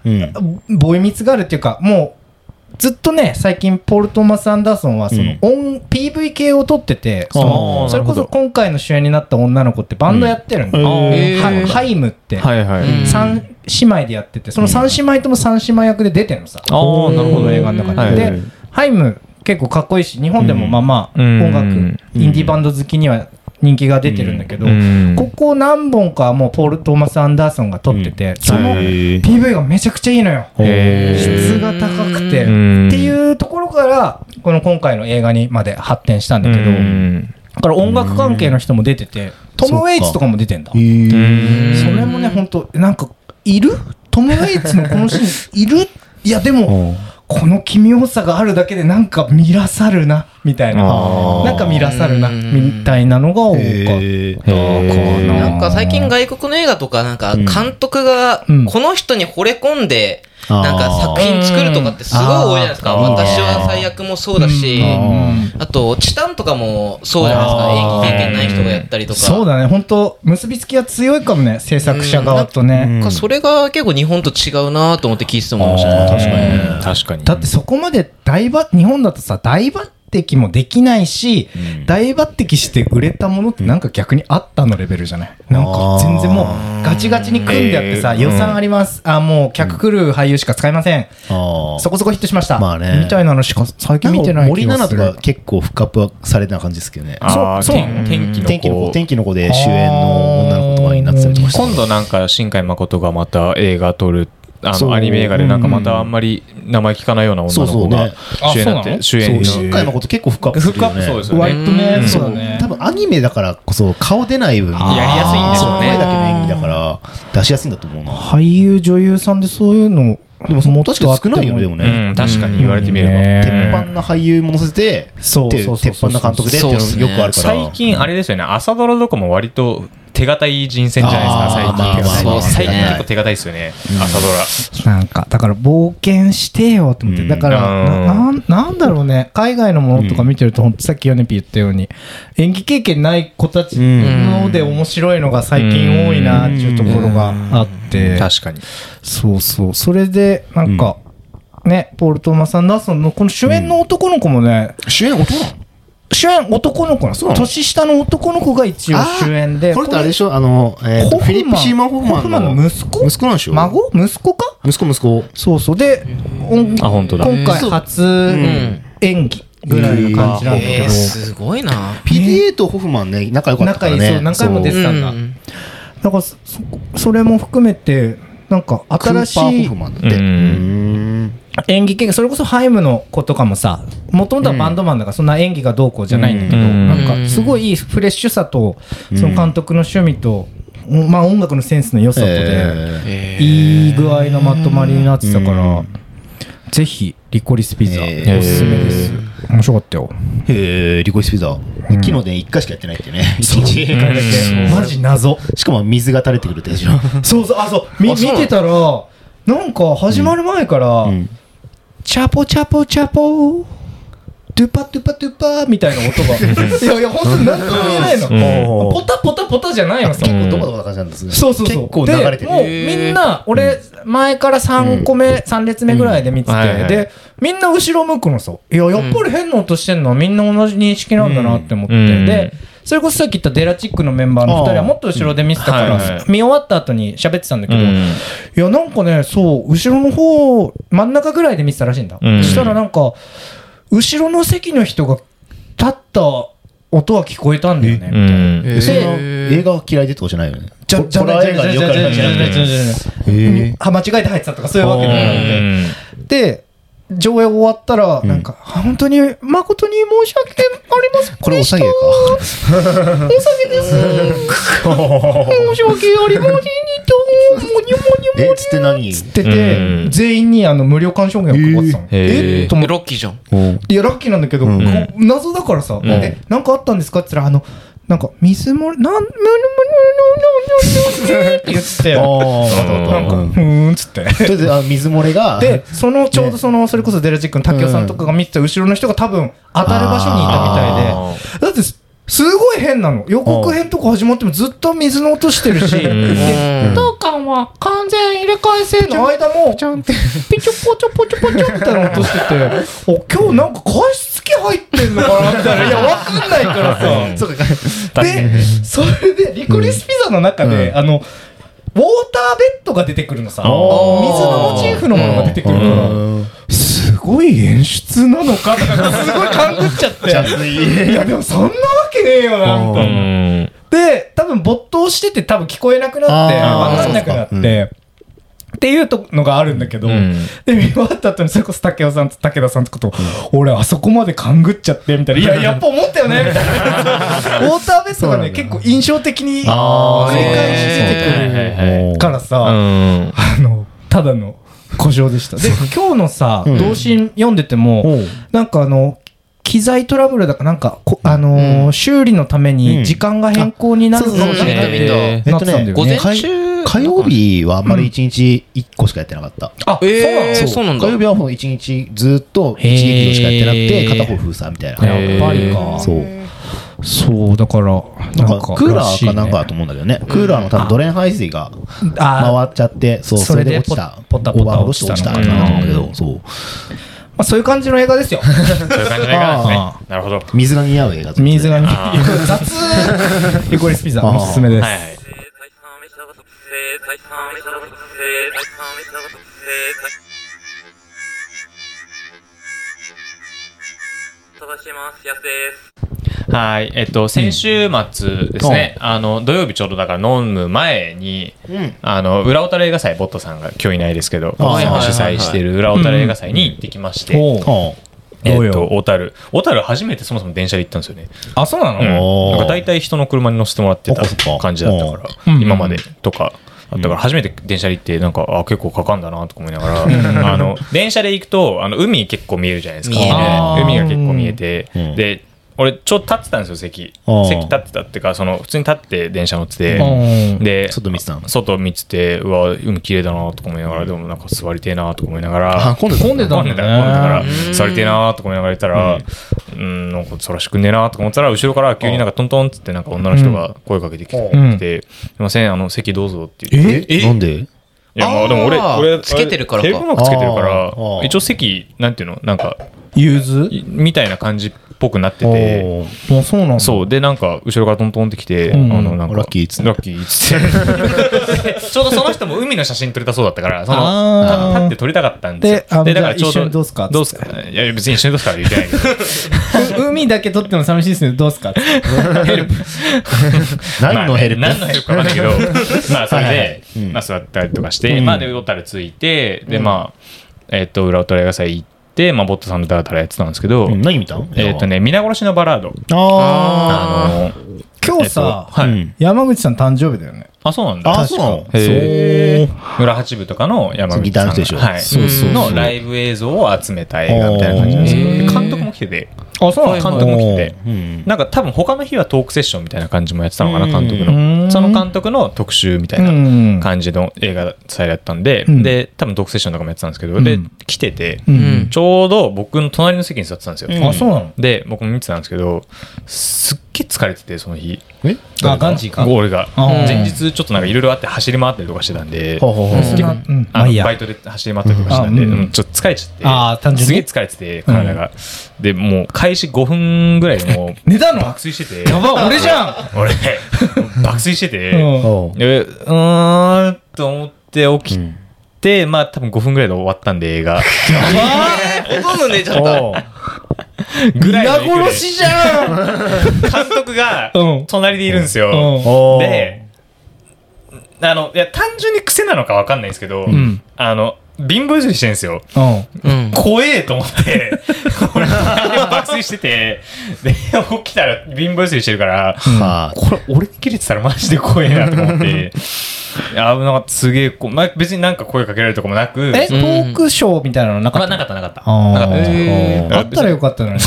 Speaker 4: ボイミツがあるっていうか、もう、ずっとね、最近、ポール・トーマス・アンダーソンは、その、音 PV 系を撮ってて、そ
Speaker 1: あー
Speaker 4: のそれこ
Speaker 1: なる
Speaker 4: そ
Speaker 1: ほど
Speaker 4: 今回の主演になった女の子ってバンドやってるんで、
Speaker 2: うん
Speaker 3: へー
Speaker 4: はハイムって、
Speaker 1: はいはい。
Speaker 3: うん
Speaker 4: 三3姉妹でやってて、その3姉妹とも3姉妹役で出てるのさ。
Speaker 1: あーなるほど
Speaker 4: この映画の中
Speaker 1: はい
Speaker 4: で。で、ハイム、結構かっこいいし、日本でもまあまあ、
Speaker 1: うん
Speaker 4: 音楽、
Speaker 1: うん
Speaker 4: インディーバンド好きには人気が出てるんだけど、
Speaker 1: うん
Speaker 4: ここ何本かはもうポール・トーマス・アンダーソンが撮ってて、その
Speaker 1: はい
Speaker 4: PV がめちゃくちゃいいのよ。
Speaker 1: へー
Speaker 4: 質が高くて。
Speaker 1: うん
Speaker 4: っていうところから、この今回の映画にまで発展したんだけど、
Speaker 1: うん
Speaker 4: だから音楽関係の人も出てて、トム・ウェイツとかも出てんだ。それもね、ほんと、なんか、いるトム・ウェイツのこのシーン、いるいや、でも、この奇妙さがあるだけでなんか見らさるなみたいな
Speaker 2: あー
Speaker 4: なんか見らさるな
Speaker 3: うん
Speaker 4: みたいなのが多かった。
Speaker 2: え
Speaker 1: へー
Speaker 3: なんか最近外国の映画とかなんか監督が
Speaker 4: うん
Speaker 3: この人に惚れ込んで
Speaker 2: あー
Speaker 3: なんか作品作るとかってすごい多いじゃないですか
Speaker 2: うんあー
Speaker 3: 私は最悪もそうだし
Speaker 2: うん
Speaker 3: あと「チタン」とかもそうじゃないですか演技経験ない人がやったりとか
Speaker 4: そうだね本当結びつきが強いかもね制作者側とね、
Speaker 2: うん
Speaker 3: なんかそれが結構日本と違うなと思って聞いてて思いましたね
Speaker 2: あー確かに
Speaker 1: うん確かに。
Speaker 4: だってそこまで大抜日本だとさ大抜擢もできないし、
Speaker 1: うん
Speaker 4: 大抜擢して売れたものってなんか逆にあったのレベルじゃないなんか全然もうガチガチに組んであってさ、
Speaker 2: うん
Speaker 4: 予算ありますあもう客来る俳優しか使いません、
Speaker 2: あー
Speaker 4: そこそこヒットしました、
Speaker 2: まあね
Speaker 4: みたいなのしか最近
Speaker 2: なん
Speaker 4: 見てな
Speaker 2: か
Speaker 4: い
Speaker 2: 森
Speaker 4: 気が
Speaker 2: 七
Speaker 4: す
Speaker 2: と
Speaker 4: る
Speaker 2: か結構フックアップはされてな感じですけどね。
Speaker 1: あー
Speaker 4: そうそう
Speaker 1: 天天気の子
Speaker 2: 天気の子、天気の子で主演の女の子とかになってたりとかして。
Speaker 1: 今度なんか新海誠がまた映画撮るあ
Speaker 2: そう
Speaker 1: のアニメ映画でなんかまたあんまり名前聞かないような女の子が主演になって主演
Speaker 2: そう
Speaker 1: に
Speaker 2: 新海誠結構フックアップするよ
Speaker 1: フ
Speaker 2: ね。
Speaker 1: ックアップそうですよね
Speaker 4: 割とね、
Speaker 1: うん
Speaker 4: そうだ
Speaker 2: そう
Speaker 4: ね
Speaker 2: 多分アニメだからこそ顔出ない分や
Speaker 1: やりやすいんでしょうね
Speaker 2: 声だけの演技だから出しやすいんだと思うな。
Speaker 4: 俳優女優さんでそういうの
Speaker 2: でもその確かに少ないよね、でも
Speaker 1: う
Speaker 2: ね。
Speaker 1: ん確かに言われてみれば、
Speaker 4: ね
Speaker 2: 鉄板な俳優も乗せて、
Speaker 4: そう
Speaker 2: ってい
Speaker 4: そうそうそう
Speaker 2: 鉄板な監督でっていうのよくあるから。
Speaker 1: 最近あれですよね朝ドラとかも割と手堅い人選じゃない
Speaker 2: あー
Speaker 1: ですか最近、
Speaker 3: まあまあ
Speaker 1: 最近
Speaker 3: そうですね
Speaker 1: 結構手堅いですよね、朝ドラ
Speaker 4: なんかだから冒険してよと思って、
Speaker 2: うん
Speaker 4: だからななんなんだろうね海外のものとか見てると、ほんとさっきヨネピ言ったように演技経験ない子たちので面白いのが最近多いなっていうところがあって、
Speaker 1: 確かに
Speaker 4: そうそうそれでなんか、ねポール・トーマス・アンダーソンのこの主演の男の子もね、
Speaker 2: 主演男なの
Speaker 4: 主演男の子なんです年下の男の子が一応主演で
Speaker 2: これってあれでしょあの、えーと
Speaker 4: ホフマン
Speaker 2: フィリップ・シーマン・ホフマンの
Speaker 4: ホフマンの息子
Speaker 2: 息子なんでしょ
Speaker 4: 孫息子か
Speaker 2: 息子息子
Speaker 4: そうそうで、うん
Speaker 1: あ本当だ
Speaker 4: 今回初
Speaker 3: ん
Speaker 4: 演技ぐらいの感じなんだけど、
Speaker 3: えーすごいな
Speaker 2: PDA とホフマンね仲良かったからね
Speaker 4: 仲いいそう何回も出
Speaker 3: う
Speaker 4: て
Speaker 3: ん
Speaker 4: たんだだからそそれも含めてなんか
Speaker 2: クーパ
Speaker 4: 新
Speaker 2: ー・
Speaker 4: し
Speaker 2: ホ
Speaker 4: い
Speaker 2: フマンだって
Speaker 1: う
Speaker 2: うんん
Speaker 4: 演技系それこそハイムの子とかもさもともとはバンドマンだからそんな演技がどうこうじゃないんだけど、
Speaker 1: うん
Speaker 4: なんかすごいいいフレッシュさとその監督の趣味と、まあ、音楽のセンスの良さとで、
Speaker 2: え
Speaker 3: えー
Speaker 4: いい具合のまとまりになってたから、ぜひリコリスピザ、
Speaker 2: え
Speaker 1: ー
Speaker 4: おすすめです面白かったよ
Speaker 2: ーへーリコイスピザ昨日で1回しかやってない っていうね1日映画だ
Speaker 1: うん
Speaker 4: マジ謎
Speaker 2: けしかも水が垂れてくるってでしょ
Speaker 4: そうそうあそうみ
Speaker 2: あ
Speaker 4: 見
Speaker 2: そうなの
Speaker 4: てたらなんか始まる前から、
Speaker 2: ん
Speaker 4: チャポチャポチャポトゥパトゥパトゥパみたいな 音がいやいや本当に何とも言えないの、
Speaker 2: うん
Speaker 4: ポタポタポタじゃないのさ、
Speaker 2: 結構ドバドバな感じなんですね
Speaker 4: そうそうそう
Speaker 2: 結構流れて
Speaker 4: でもう
Speaker 2: る
Speaker 4: みんな俺前から3個目、三3列目ぐらいで見てて、
Speaker 1: うんはいはい
Speaker 4: でみんな後ろ向くのさいややっぱり変な音してんのはみんな同じ認識なんだなって思って、
Speaker 1: うん
Speaker 4: でそれこそさっき言ったデラチックのメンバーの2人はもっと後ろで見てたから、
Speaker 1: うんはいはい
Speaker 4: 見終わった後に喋ってたんだけ
Speaker 1: う
Speaker 4: ど、
Speaker 1: ん
Speaker 4: いや、なんかね、そう、後ろの方、真ん中ぐらいで見てたらしいんだ。
Speaker 1: うん
Speaker 4: そしたらなんか、後ろの席の人が立った音は聞こえたんだよね。
Speaker 1: うんうん
Speaker 2: そんな映画は嫌いでってことじゃないよね
Speaker 4: じゃ、じゃ、
Speaker 2: ホラー映画によくある感じ
Speaker 4: じ
Speaker 2: な
Speaker 4: ゃ、
Speaker 2: ん
Speaker 4: じゃ、
Speaker 2: で
Speaker 4: じゃ、じゃ、じゃ、あ、間違えて入ってたとか、そういうわけでもなくて。で、上映終わったら、なんか、あ本当に、誠に申し訳ありません。
Speaker 2: これおさげか
Speaker 4: お酒です。申し訳ありません。にと、もにょもにょもに
Speaker 2: え
Speaker 4: ょ
Speaker 2: っつって何
Speaker 4: つってて
Speaker 1: うん、
Speaker 4: 全員にあの無料鑑賞券を配ってた
Speaker 1: へ
Speaker 4: の。
Speaker 1: ー
Speaker 4: えっと思って
Speaker 3: ロッキーじゃん
Speaker 4: いや、ラッキーなんだけど、
Speaker 2: ん
Speaker 4: こう謎だからさ、え、なんかあったんですかって言ったら、あの、なんか、水漏れ、なん、むぬむぬむぬむぬむぬって言って、
Speaker 2: あ
Speaker 4: な
Speaker 2: ー
Speaker 4: んか、
Speaker 2: う
Speaker 4: うん
Speaker 2: と
Speaker 4: ーんっつって。
Speaker 2: りあえずあ水漏れが
Speaker 4: で、その、ちょうどその、それこそデラジックの竹雄さんとかが見てた後ろの人が多分、当たる場所にいたみたいで、
Speaker 1: あ
Speaker 4: だってす、すごい変なの。予告編とか始まってもずっと水の音してるし、で当館は完全入れ替え制の間も、ちゃんと、ピチョポチョポチョポチョみたいな音してて、お、今日なんか加湿器入ってんのかなみたいな。いや、わかんないからさ。
Speaker 2: そうか
Speaker 4: で、それで、リコリスピザの中で、あの、ウォーターベッドが出てくるのさ。水
Speaker 2: ー
Speaker 4: のモチーフのものが出てくるから、すごい演出なのかとか、すごい勘ぐっちゃって。
Speaker 2: じゃ あい
Speaker 4: いやでもそんなわけねえよなみたいな。
Speaker 1: ー
Speaker 4: で多分没頭してて多分聞こえなくなって
Speaker 2: あー
Speaker 4: 分かんなくなって、
Speaker 2: そう
Speaker 4: っていうとのがあるんだけど、
Speaker 1: うん
Speaker 4: で見終わった後にそれこそ武雄さんと武田さんとかと、俺あそこまで勘ぐっちゃってみたいな「いややっぱ思ったよね」みたいなウォーターベストがね結構印象的に繰
Speaker 2: あ
Speaker 4: り返し出て
Speaker 1: はいはいはい
Speaker 4: くるからさ、
Speaker 1: うん
Speaker 4: あのただの。故障でした。で、今日のさ、
Speaker 2: うん
Speaker 4: 同心読んでても、
Speaker 2: おう
Speaker 4: なんかあの、機材トラブルだかなんか、こあのー修理のため
Speaker 2: うん
Speaker 4: に時間が変更になる
Speaker 2: あそうそう
Speaker 3: そう
Speaker 4: え
Speaker 2: え
Speaker 4: な
Speaker 2: っと
Speaker 4: ってたん
Speaker 2: ね
Speaker 4: だよね。
Speaker 3: 午前中
Speaker 2: 火火曜日はあんまり1日1個しかやってなかった。
Speaker 3: あ、えー、そうなんだ
Speaker 2: 火曜。日はもう1日ずっと1、
Speaker 4: へー
Speaker 2: 2キロしかやってなくて、片方封鎖みたいな。
Speaker 4: やっぱりか。
Speaker 2: そう。
Speaker 4: そう、だから、
Speaker 2: な
Speaker 4: なん
Speaker 2: ん
Speaker 4: か
Speaker 2: か、クーラーかなんか
Speaker 4: らし
Speaker 2: だと思うんだけどね。クーラーの多分ドレン排水が
Speaker 4: いねあー
Speaker 2: 回っちゃって、そう、
Speaker 4: そ
Speaker 2: それ
Speaker 4: れで
Speaker 2: で落ちた。
Speaker 4: ポタポタ
Speaker 2: オーバーホールして落ちた
Speaker 4: 落
Speaker 2: か
Speaker 4: ちたの
Speaker 2: なんだけど、そう。
Speaker 4: まあ、そういう感じの映 画ですよ。
Speaker 7: そういう感じの映画なんです
Speaker 4: あ
Speaker 7: ね。なるほど。は
Speaker 2: 水が似合う映画
Speaker 4: 水がね
Speaker 7: あー、
Speaker 4: 雑 ゆこりスピザ、おすすめで
Speaker 7: い
Speaker 4: す。
Speaker 7: はい。はい、えっと、先週末ですね、あの、土曜日ちょうどだから飲む前に、
Speaker 2: うん。
Speaker 7: あの、裏オタル映画祭、ボットさんが今日いないですけど、ボット
Speaker 2: はい
Speaker 7: さん
Speaker 2: はい
Speaker 7: が
Speaker 3: はい
Speaker 7: 主催している裏オタル映画祭に行ってきまして、
Speaker 4: おう
Speaker 2: は
Speaker 7: え
Speaker 4: どう
Speaker 7: っと、
Speaker 4: よ
Speaker 7: 小樽。小樽初めてそもそも電車で行ったんですよね。
Speaker 4: あ、そうなの、
Speaker 7: うん
Speaker 2: お
Speaker 7: な
Speaker 2: ー
Speaker 7: んか大体人の車に乗せてもらってた
Speaker 2: あそっか
Speaker 7: 感じだったか
Speaker 4: う
Speaker 7: ら、
Speaker 4: ん
Speaker 7: 今までとか。だから初めて電車で行って、なんか、あ、結構かかんだなとか思いながら、あの、電車で行くと、あの、海結構見えるじゃないですか。
Speaker 3: 見える
Speaker 7: ね海が結構見えて
Speaker 2: うん、
Speaker 7: で、俺、ちょっと立ってたんですよ、席。
Speaker 2: うん
Speaker 7: 席立ってたっていうか、その、普通に立って電車乗ってて、
Speaker 4: うん
Speaker 7: で、
Speaker 2: 外見てたの
Speaker 7: 外見てて、うわ、海綺麗だなとか思いながら、でもなんか座りてえなとか思いながら、
Speaker 2: あ、今度
Speaker 4: 混んでた
Speaker 7: 混ん
Speaker 4: んだ
Speaker 7: で
Speaker 4: ね
Speaker 7: た混んでたから
Speaker 3: うん
Speaker 7: 座りてえなーとか思いながらいたらうんなんかそらしくねえなーとか思ってたら後ろから急になんかトントンっつってなんか女の人が声かけてきて「
Speaker 4: う
Speaker 7: 来
Speaker 4: ん
Speaker 7: てすいませんあの席どうぞ」って言って。
Speaker 2: えなんで
Speaker 7: いやまあでも俺
Speaker 3: あー
Speaker 7: 俺
Speaker 3: つけてるからか
Speaker 7: テレビマークつけてるか
Speaker 2: あ
Speaker 7: ら
Speaker 2: ーあー
Speaker 7: 一応席なんていうのなんか
Speaker 4: 融通
Speaker 7: いみたいな感じっぽくなってて
Speaker 2: おー
Speaker 4: もうそうなんだ。
Speaker 7: そうでなんか後ろからトントンってきてあ
Speaker 4: うん
Speaker 7: のなんか
Speaker 2: ラッキーっつって
Speaker 7: ラッキーっつって ちょうどその人も海の写真撮れたそうだったからその
Speaker 4: あー
Speaker 7: 立って撮りたかったんです
Speaker 4: であ
Speaker 7: よでだからち
Speaker 4: じゃあ
Speaker 7: ょう
Speaker 4: 一緒
Speaker 7: ど
Speaker 4: にどうすかっつって
Speaker 7: どうすかいや別に一緒にどうすかは言ってないけど
Speaker 4: う。海だけ撮っても寂しいですね。ど うすかってヘルプ。
Speaker 2: 何のヘルプ
Speaker 7: まあね何のヘルプかわかん ないけどまあそれ
Speaker 2: はいはいはい
Speaker 7: で
Speaker 2: うん
Speaker 7: まあ座ったりとかして、
Speaker 2: うん
Speaker 7: まあで小樽着いてでまあえっと裏オタレ映画祭行ってまあボットさんのダラダラやってたんですけど、
Speaker 2: うん何見たの
Speaker 7: えっと。ね皆殺しのバラード
Speaker 2: あ
Speaker 7: あの
Speaker 4: 今日さ、
Speaker 7: えっとはい、
Speaker 2: うん
Speaker 4: 山口さん誕生日だよね。
Speaker 7: あそうなん
Speaker 2: ー
Speaker 7: だ
Speaker 2: あー、そうなの
Speaker 7: へー村八部とかの山口さん
Speaker 2: ギターの人でしょ
Speaker 7: はい、
Speaker 2: そうそうそう
Speaker 7: のライブ映像を集めた映画みたいな感じなんですよ
Speaker 3: へ
Speaker 7: で
Speaker 3: ー
Speaker 7: 監督も来てて
Speaker 4: あ、そう
Speaker 3: なの
Speaker 7: 監督も来てて
Speaker 2: おーうん
Speaker 7: なんか多分他の日はトークセッションみたいな感じもやってたのかな
Speaker 2: うん
Speaker 7: 監督
Speaker 4: う
Speaker 7: の
Speaker 4: ん
Speaker 7: その監督の特集みたいな
Speaker 4: うん。
Speaker 7: 感じの映画祭だったんで、
Speaker 4: うん
Speaker 7: で多分ドクセッションとかもやってたんですけど、
Speaker 4: うん
Speaker 7: で来てて、
Speaker 4: う
Speaker 3: うん
Speaker 4: ん。
Speaker 7: ちょうど僕の隣の席に座ってたんですよ、
Speaker 4: あ、そうなの
Speaker 7: で僕も見てたんですけどすっげえ疲れててその日
Speaker 2: え
Speaker 4: あ、ガンジーか。
Speaker 7: ゴールが
Speaker 4: あー
Speaker 7: 前日ちょっとなんかいろいろあって走り回ったりとかしてたんで
Speaker 2: ほうほうほう
Speaker 4: そんなうん
Speaker 7: あ
Speaker 4: まあ
Speaker 7: の
Speaker 4: いいや
Speaker 7: バイトで走り回ったりとかしてたんで、
Speaker 4: あうん
Speaker 7: うんちょっと疲れちゃって
Speaker 4: あー単純に
Speaker 7: すげえ疲れてて体が、でもう開始5分ぐらいで もう
Speaker 4: 寝たの
Speaker 7: 爆睡してて
Speaker 4: やば、俺じゃん
Speaker 7: 俺爆睡してて、
Speaker 4: うん
Speaker 2: おう
Speaker 7: えうーんと思って起きて、まあ多分5分ぐらいで終わったんで映 画
Speaker 3: あーほとんど寝ちゃった。
Speaker 2: おう
Speaker 7: ぐらいの勢いで
Speaker 4: 皆殺しじゃん
Speaker 7: 監督が
Speaker 4: うん
Speaker 7: 隣でいるんです
Speaker 4: う
Speaker 7: よ、
Speaker 4: ん
Speaker 2: おう
Speaker 7: であのいや単純に癖なのかわかんないですけど、
Speaker 4: ん
Speaker 7: あの貧乏ゆすりしてるんですよ
Speaker 4: うん。
Speaker 3: うん。
Speaker 7: 怖えと思って、俺、爆睡してて、で、起きたら貧乏ゆすりしてるから、
Speaker 2: はあ
Speaker 7: これ俺に切れてたらマジで怖えなと思っていや危なかったすげえこ、まあ、別になんか声かけられるとかもなく
Speaker 4: え、ト
Speaker 7: その
Speaker 4: ークショーみたいなのなか
Speaker 7: ま
Speaker 4: っ
Speaker 7: あ、
Speaker 4: た
Speaker 7: なかったなかったなか
Speaker 4: あ
Speaker 7: ったです
Speaker 4: ー
Speaker 7: うん
Speaker 4: あったらよかったの にね。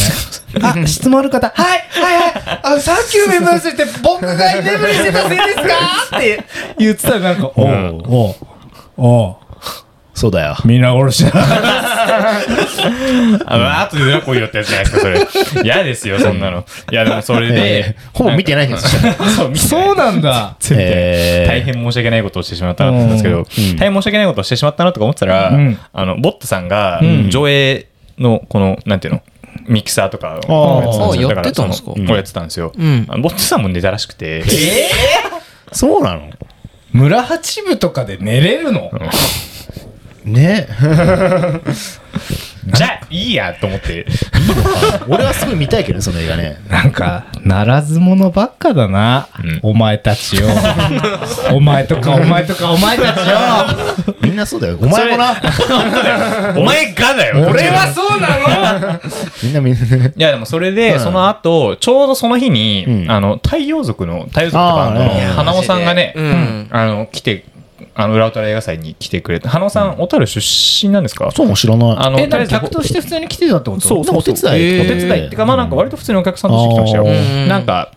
Speaker 4: あ、質問ある方。はいはいはい。あの、さっきのメモ忘れて、僕が居眠りしてたせいですかって言ってたらなんか、
Speaker 7: ん
Speaker 4: おう、おう、おう、
Speaker 2: そうだよ。
Speaker 4: 皆殺しだ。
Speaker 7: あの後で裏来いよってやつじゃないですかそれ嫌ですよそんなのいやでもそれ
Speaker 2: え
Speaker 7: で
Speaker 2: ーほぼ見てないんですよ。
Speaker 7: そう見てない
Speaker 4: そうなんだ。
Speaker 2: えー
Speaker 7: 大変申し訳ないことをしてしまったなと思ったんですけど、大変申し訳ないことをしてしまったなとか思ってたら、
Speaker 4: うん
Speaker 7: あのボットさんが
Speaker 4: うん
Speaker 7: 上映のこの、なんていうのミキサーとかを
Speaker 3: あー
Speaker 7: だら
Speaker 3: やってたんですか
Speaker 7: そのこうやってたんですよ、
Speaker 3: うん
Speaker 7: あのボットさんも寝たらしくて、
Speaker 2: そうなの
Speaker 4: 村八部とかで寝れるの
Speaker 2: ね
Speaker 7: じゃあいいやと思って
Speaker 2: 俺はすごい見たいけどね、その映画ね。
Speaker 4: なんか、ならず者ばっかだな
Speaker 7: うん。
Speaker 4: お前たちよ。 お前とか、お前とか、お前たちよ。
Speaker 2: みんなそうだよ。お前もな。
Speaker 7: お前がだよ
Speaker 4: 俺はそうなの
Speaker 2: みんなみんなね。
Speaker 7: いやでもそれ
Speaker 2: う
Speaker 7: で
Speaker 2: ん
Speaker 7: その後ちょうどその日に
Speaker 2: うん
Speaker 7: あの太陽族の太陽族ってバンドの
Speaker 2: あー
Speaker 7: 花尾さんがね
Speaker 3: うん。
Speaker 7: あの来てあの、裏ウトラ映画祭に来てくれた。花尾さん、小樽出身なんですか
Speaker 2: そうも知らない。
Speaker 7: あの、
Speaker 8: え、
Speaker 7: と
Speaker 8: な
Speaker 7: りあえ
Speaker 8: ん
Speaker 7: ず
Speaker 8: か客として普通に来てたってこと
Speaker 7: そうそう
Speaker 2: お手伝い
Speaker 7: お手伝いっていうか、まあなんか割と普通にお客さんとして来てましたよ。
Speaker 2: うん
Speaker 7: なんか、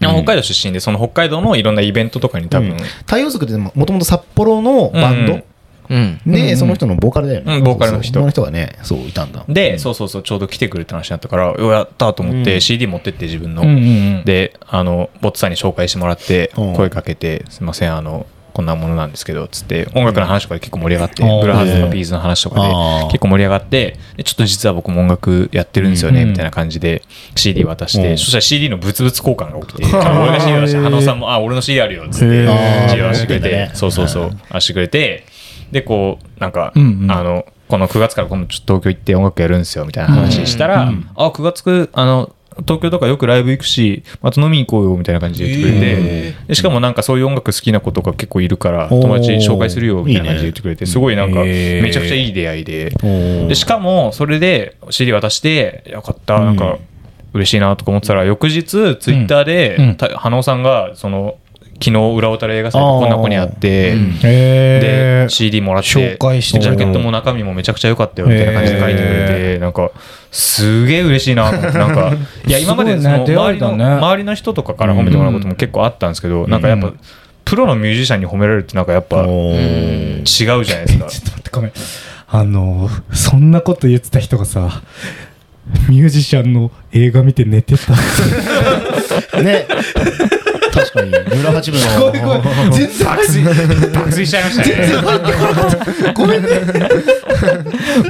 Speaker 7: 北海道出身で、その北海道のいろんなイベントとかに多分、
Speaker 2: 太陽族ってもともと札幌のバンド
Speaker 3: うん。
Speaker 2: で、その人のボーカルだよね。
Speaker 7: うんボーカルの人
Speaker 2: そうそうその人がね、そう、いたんだ。
Speaker 7: で、そうそうそう、ちょうど来てくれた話になったから、うわやったと思っ
Speaker 2: う
Speaker 7: て、
Speaker 2: ん
Speaker 7: CD 持ってって自分の。
Speaker 8: うんうん
Speaker 7: で、あの、ボッツさんに紹介してもらって、
Speaker 2: うん
Speaker 7: 声かけて、すいません、あの、こんなものなんですけど、つって、音楽の話とかで結構盛り上がって、
Speaker 8: うん
Speaker 7: ブラハーズのピーズの話とかで
Speaker 2: あー、
Speaker 7: 結構盛り上がって、でちょっと実は僕も音楽やってるんですよね、
Speaker 8: うん
Speaker 7: みたいな感じで、CD 渡し
Speaker 2: う
Speaker 7: て、
Speaker 2: ん
Speaker 7: そしたら CD のブツブツ交換が 起きて、俺が CD 渡して、花尾さんも、あ、俺の CD あるよ、つって、
Speaker 8: へ
Speaker 2: ー
Speaker 7: CD 渡してくれ
Speaker 2: やって
Speaker 7: て
Speaker 2: んだね、
Speaker 7: そうそうそう、渡してくれて、で、こう、なんか、
Speaker 8: うんうん
Speaker 7: あの、この9月から今度ちょっと東京行って音楽やるんですよ、みたいな話したら、あ、9月く、あの、東京とかよくライブ行くし、また飲みに行こうよ、みたいな感じで言ってくれて、でしかもなんかそういう音楽好きな子とか結構いるから、
Speaker 2: おー
Speaker 7: 友達に紹介するよ、みたいな感じで言ってくれて、すごいなんか、
Speaker 8: へー
Speaker 7: めちゃくちゃいい出会いで、
Speaker 2: で
Speaker 7: でしかもそれで CD 渡してよかったなんか嬉しいなとか思ってたら翌日ツイッターで、
Speaker 8: うん
Speaker 7: た花尾さんがその昨日裏オタル映画祭でこんな子に会って、
Speaker 8: へ
Speaker 7: で CD もらって
Speaker 8: 紹介してく
Speaker 7: ジ
Speaker 8: れた
Speaker 7: ャケットも中身もめちゃくちゃ良かったよみたいな感じで書いてくれて、
Speaker 8: へ
Speaker 7: なんかすげえ嬉しいなと思ってなんか いや今までその
Speaker 8: すごいね出会
Speaker 7: 周り
Speaker 8: いだ
Speaker 7: の、
Speaker 8: ね
Speaker 7: 周りの人とかから褒めてもらうことも結構あったんですけど、なんかやっぱプロのミュージシャンに褒められるってなんかやっぱ違うじ
Speaker 2: も、
Speaker 7: ゃないですか。
Speaker 4: ちょっと待って、ごめん。あのー、そんなこと言ってた人がさ、ミュージシャンの映画見て寝て た。
Speaker 2: ね。確かに、村八 分
Speaker 4: ごめんごめん
Speaker 2: の。。
Speaker 4: 全然入って
Speaker 7: 爆睡しちゃいましたね。
Speaker 4: ごめんね。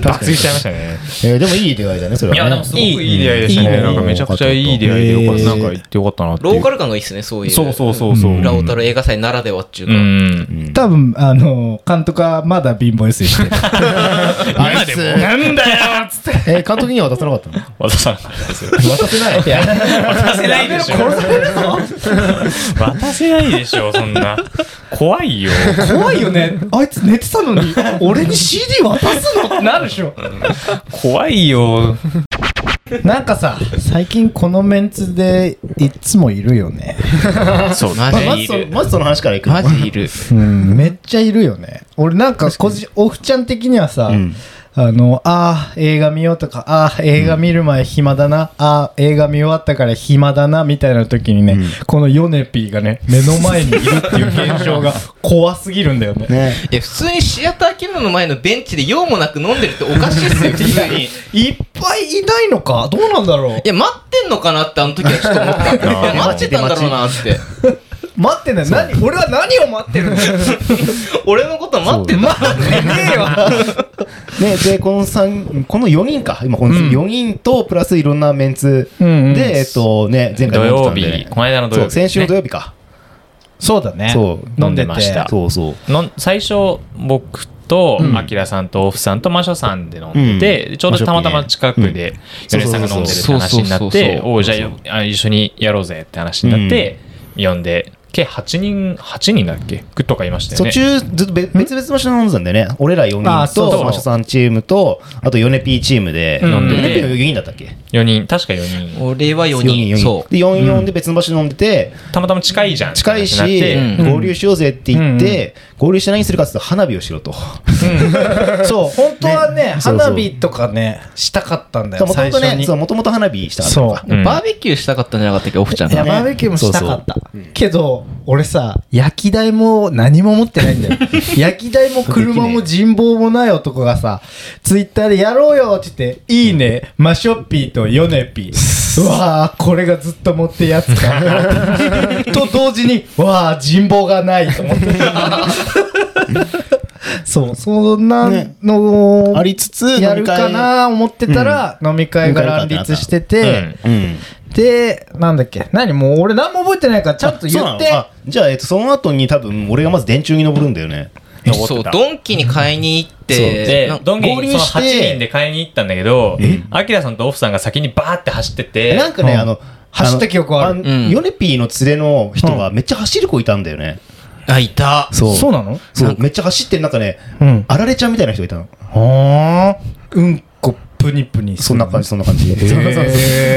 Speaker 7: 爆睡しちゃいましたね。
Speaker 2: えーでもいい出会いだね、それはね。
Speaker 3: いやでもすごくいい
Speaker 7: 出会いでした
Speaker 2: いい
Speaker 7: ね。
Speaker 2: ね
Speaker 7: なんかめちゃくちゃいい出会いでよかった。
Speaker 2: へ
Speaker 7: な
Speaker 2: ー
Speaker 7: んか行ってよかったなっていう。
Speaker 3: ローカル感がいいっすね、そういう。
Speaker 7: そうそうそうそう。
Speaker 3: ラオタル映画祭ならではっていう
Speaker 7: う
Speaker 3: か。
Speaker 7: ん。
Speaker 2: うん
Speaker 4: 多分、あのー、監督はまだ貧乏ゆすりしてる。
Speaker 2: あいつ、え
Speaker 7: なんだよ
Speaker 2: ー監督には渡さなかったの
Speaker 7: 渡さなかったですよ。
Speaker 2: 渡せ ない。
Speaker 7: 渡せないでしょ。渡せないでしょ、そんな。怖いよ。
Speaker 4: 怖いよね。あいつ寝てたのに、俺に CD 渡すのってなるでしょ。
Speaker 7: 怖いよ。
Speaker 4: なんかさ、最近このメンツでいっつもいるよね。
Speaker 7: そう。
Speaker 3: マ
Speaker 2: まあ
Speaker 3: ジ
Speaker 2: ま
Speaker 3: で
Speaker 2: ず
Speaker 3: い
Speaker 2: その
Speaker 3: る。
Speaker 2: まずその話からいく。
Speaker 3: マジでいる。
Speaker 4: うん、めっちゃいるよね。俺なんか個人、オフちゃん的にはさ、
Speaker 2: うん
Speaker 4: あの、ああ、映画見ようとか、ああ、映画見る前暇だな、ああ、映画見終わったから暇だな、みたいな時にね、このヨネピーがね、目の前にいるっていう現象が怖すぎるんだよね。
Speaker 2: ね。
Speaker 3: い や、普通にシアターキムの前のベンチで用もなく飲んでるっておかしいっすよ、普通に。い
Speaker 4: いっぱいいないのかどうなんだろう
Speaker 3: や、待ってんのかなってあの時はちょっと思った。いや待ってたんだろうなって。
Speaker 4: 待ってない。何俺は何を待ってるんだよ。
Speaker 3: 俺のこと待ってた。
Speaker 4: 待ってねえわ。
Speaker 2: ね、で、この三、この4人か。今、この4人と、プラスいろんなメンツ。
Speaker 4: うんうん
Speaker 2: で、えっと、ね、前
Speaker 7: 土
Speaker 2: 回
Speaker 7: 曜
Speaker 2: 飲んでたん
Speaker 7: 日、
Speaker 2: でね
Speaker 7: この間の土
Speaker 2: そ
Speaker 7: 曜
Speaker 2: う、
Speaker 7: 日。
Speaker 2: 先週の土曜日か。
Speaker 4: そうだね。
Speaker 2: そう
Speaker 4: 飲んで
Speaker 7: 飲んでま
Speaker 4: て
Speaker 7: し。た
Speaker 2: そうそう。
Speaker 7: のん最初僕とアキラさんとオフさんとマショさんで飲んでて、
Speaker 2: うん
Speaker 7: ちょうどたまたま近くで
Speaker 2: うん
Speaker 7: 米津さんが飲んでるって
Speaker 3: そうそう
Speaker 7: 話
Speaker 3: そうそう
Speaker 7: になっ
Speaker 3: そうそう
Speaker 7: て
Speaker 3: そう
Speaker 7: おうじゃあよあ一緒にやろうぜって話になって、呼んで計8人8人だっけとかいましたよ
Speaker 2: 途
Speaker 7: ね
Speaker 2: 中、ずっと別別々の人飲んでたんだよね。俺ら4
Speaker 4: あ
Speaker 2: 人
Speaker 4: そうそう
Speaker 2: と、マシュさんチームと、あと、ヨネピーチームで、
Speaker 7: うん
Speaker 2: ヨネピー4人だったっけ
Speaker 7: 4人確か4人
Speaker 3: 俺は
Speaker 2: ?4
Speaker 3: 4
Speaker 2: 人、4
Speaker 3: 人。
Speaker 2: 人
Speaker 3: そ。う。
Speaker 2: で、44で別の場所に飲んでて、
Speaker 7: たまたま近いじゃん
Speaker 2: 近いし、
Speaker 7: ってなって
Speaker 2: 合流しようぜって言って、合流して何するかって言ったら花火をしろと。
Speaker 4: そう、本当は ね、
Speaker 2: そうそう
Speaker 4: 花火とかね、したかったんだよ、
Speaker 2: もと
Speaker 4: 最
Speaker 2: もと
Speaker 4: 初
Speaker 2: ね、
Speaker 4: に。
Speaker 2: そう、もともと花火したかったのか
Speaker 4: そ
Speaker 7: うん
Speaker 3: バーベキューしたかったんじゃなかったっけ、オフちゃん
Speaker 4: いや、
Speaker 3: が。
Speaker 2: ね
Speaker 4: バーベキューもしたかった。
Speaker 2: そ
Speaker 4: けど、俺さ、焼き台も何も持ってないんだよ。焼き台も車も人望もない男がさ、ツイッターでやろうよって言って、いいね、マショッピーとヨネピー。うわー、これがずっと持ってやつか。と同時に、わー、人望がないと思って。そう、そんなのを
Speaker 2: ありつつ、
Speaker 4: やるかな思ってたら、飲み会が乱立してて、
Speaker 7: うん
Speaker 2: うん。
Speaker 4: で、なんだっけ、何もう俺何も覚えてないから、ちゃんと言
Speaker 2: そうな
Speaker 4: っ
Speaker 2: の
Speaker 4: て。
Speaker 2: あじゃあ、えっと、その後に多分、俺がまず電柱に登るんだよね。
Speaker 3: そう、ドンキに買いに行って、
Speaker 7: で
Speaker 3: なんか
Speaker 7: ドンキ
Speaker 2: 合
Speaker 7: に
Speaker 2: 流
Speaker 7: その
Speaker 2: して
Speaker 7: 8人で買いに行ったんだけどアキラさんとオフさんが先にバーって走ってて
Speaker 2: なんかね、あの、
Speaker 4: 走った記憶はあ
Speaker 2: の
Speaker 4: る
Speaker 3: うん
Speaker 2: ヨネピーの連れの人がめっちゃ走る子いたんだよね。
Speaker 3: あ、い た。
Speaker 2: そう。
Speaker 4: そうなの
Speaker 2: そう、めっちゃ走ってる中ね、
Speaker 4: うん。
Speaker 2: あられちゃんみたいな人がいたの。
Speaker 4: あーうんこぶプニップに
Speaker 2: そんな感じ、そんな感じ。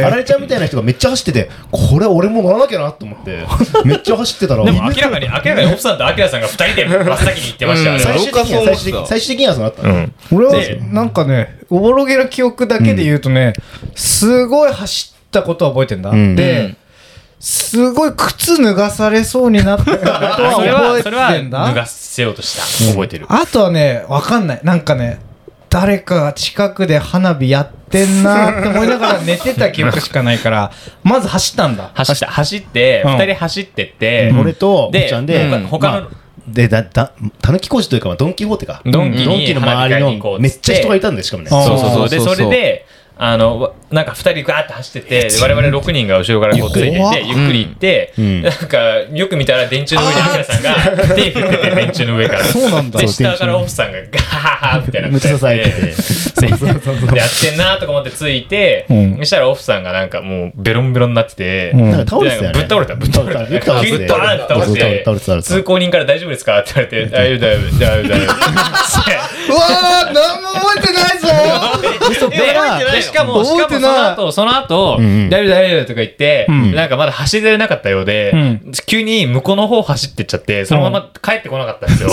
Speaker 2: あられちゃんみたいな人がめっちゃ走ってて、これ俺も乗らなきゃなと思 って、めっちゃ走ってたら、
Speaker 7: でも明らかに、明らかに奥さんと明さんが二人で真っ先に行ってましたよね。
Speaker 2: 最終的には、
Speaker 3: 僕は
Speaker 2: 最
Speaker 3: そう
Speaker 2: 終的
Speaker 3: 思っ
Speaker 2: に
Speaker 3: た
Speaker 2: 最終的にはそうなった。
Speaker 7: うん。
Speaker 4: 俺
Speaker 7: で
Speaker 4: はなんかねおぼろげな記憶だけで言うとね、すごい走ったことは覚えてんだ、
Speaker 2: うん
Speaker 4: で、
Speaker 3: うん
Speaker 4: すごい靴脱がされそうになったこと
Speaker 7: それ
Speaker 4: は
Speaker 7: は、それは
Speaker 4: 覚えてん
Speaker 7: 脱
Speaker 4: だ
Speaker 7: がせようとした。覚えてる。
Speaker 4: あとはねわかんないなんかね誰かが近くで花火やってんなって思いながら寝てた記憶しかないからまず走ったんだ
Speaker 7: 走った、走って、
Speaker 4: うん
Speaker 7: 二人走ってって、
Speaker 2: 俺と、
Speaker 7: で
Speaker 2: おっちゃんで、
Speaker 7: うん他の
Speaker 2: まあで、だ、だ、たぬき工事というか、まあドンキホーテか。
Speaker 7: ドンキに
Speaker 2: ドンキの周
Speaker 7: 花火買い
Speaker 2: り
Speaker 7: に行こうっつっ
Speaker 2: の、
Speaker 7: て
Speaker 2: めっちゃ人がいたんで、しかもね。
Speaker 4: あー
Speaker 7: そうそうそう。で、
Speaker 3: そうそう
Speaker 7: それで、あの、わなんか二人ガーって走ってて、で我々6人が後ろからこうついて
Speaker 2: 怖
Speaker 7: っ、
Speaker 2: って
Speaker 7: ゆっくり行って、
Speaker 2: うん
Speaker 7: なんか、よく見たら電柱の上にアキラさんが手振ってて、電柱の上から。
Speaker 4: そうなんだ
Speaker 7: で、下からオフさんがガーみたいな。
Speaker 2: むっちゃ支えてて。
Speaker 7: でやってんなとか思ってついて、
Speaker 4: ん
Speaker 7: そしたらオフさんがなんかもうベロンベロンになってて、
Speaker 4: ん
Speaker 2: なんか倒れてたよ
Speaker 7: ぶ
Speaker 2: ね。
Speaker 7: っ倒れたぶっ倒れた
Speaker 2: ぶっ倒れた。
Speaker 7: 急
Speaker 2: よ
Speaker 7: に
Speaker 2: く
Speaker 7: バ
Speaker 2: 倒れ
Speaker 7: ーン
Speaker 2: て
Speaker 7: ったて倒して
Speaker 2: 倒れてた。倒れてた
Speaker 7: 通行人から大丈夫ですかって言われて、大丈夫、大丈夫、大丈夫、大丈
Speaker 4: うわー何も覚えてないぞ
Speaker 7: 夫。で、でしかも、し
Speaker 4: 覚
Speaker 7: かもそ
Speaker 4: えてない
Speaker 7: の後、その後、
Speaker 2: うんうん
Speaker 7: 大丈夫、大丈夫とか言って、
Speaker 8: ん
Speaker 7: なんかまだ走れなかったようで、
Speaker 8: ん
Speaker 7: 急に向こうの方走ってっちゃって、そのまま帰ってこなかったんですよ。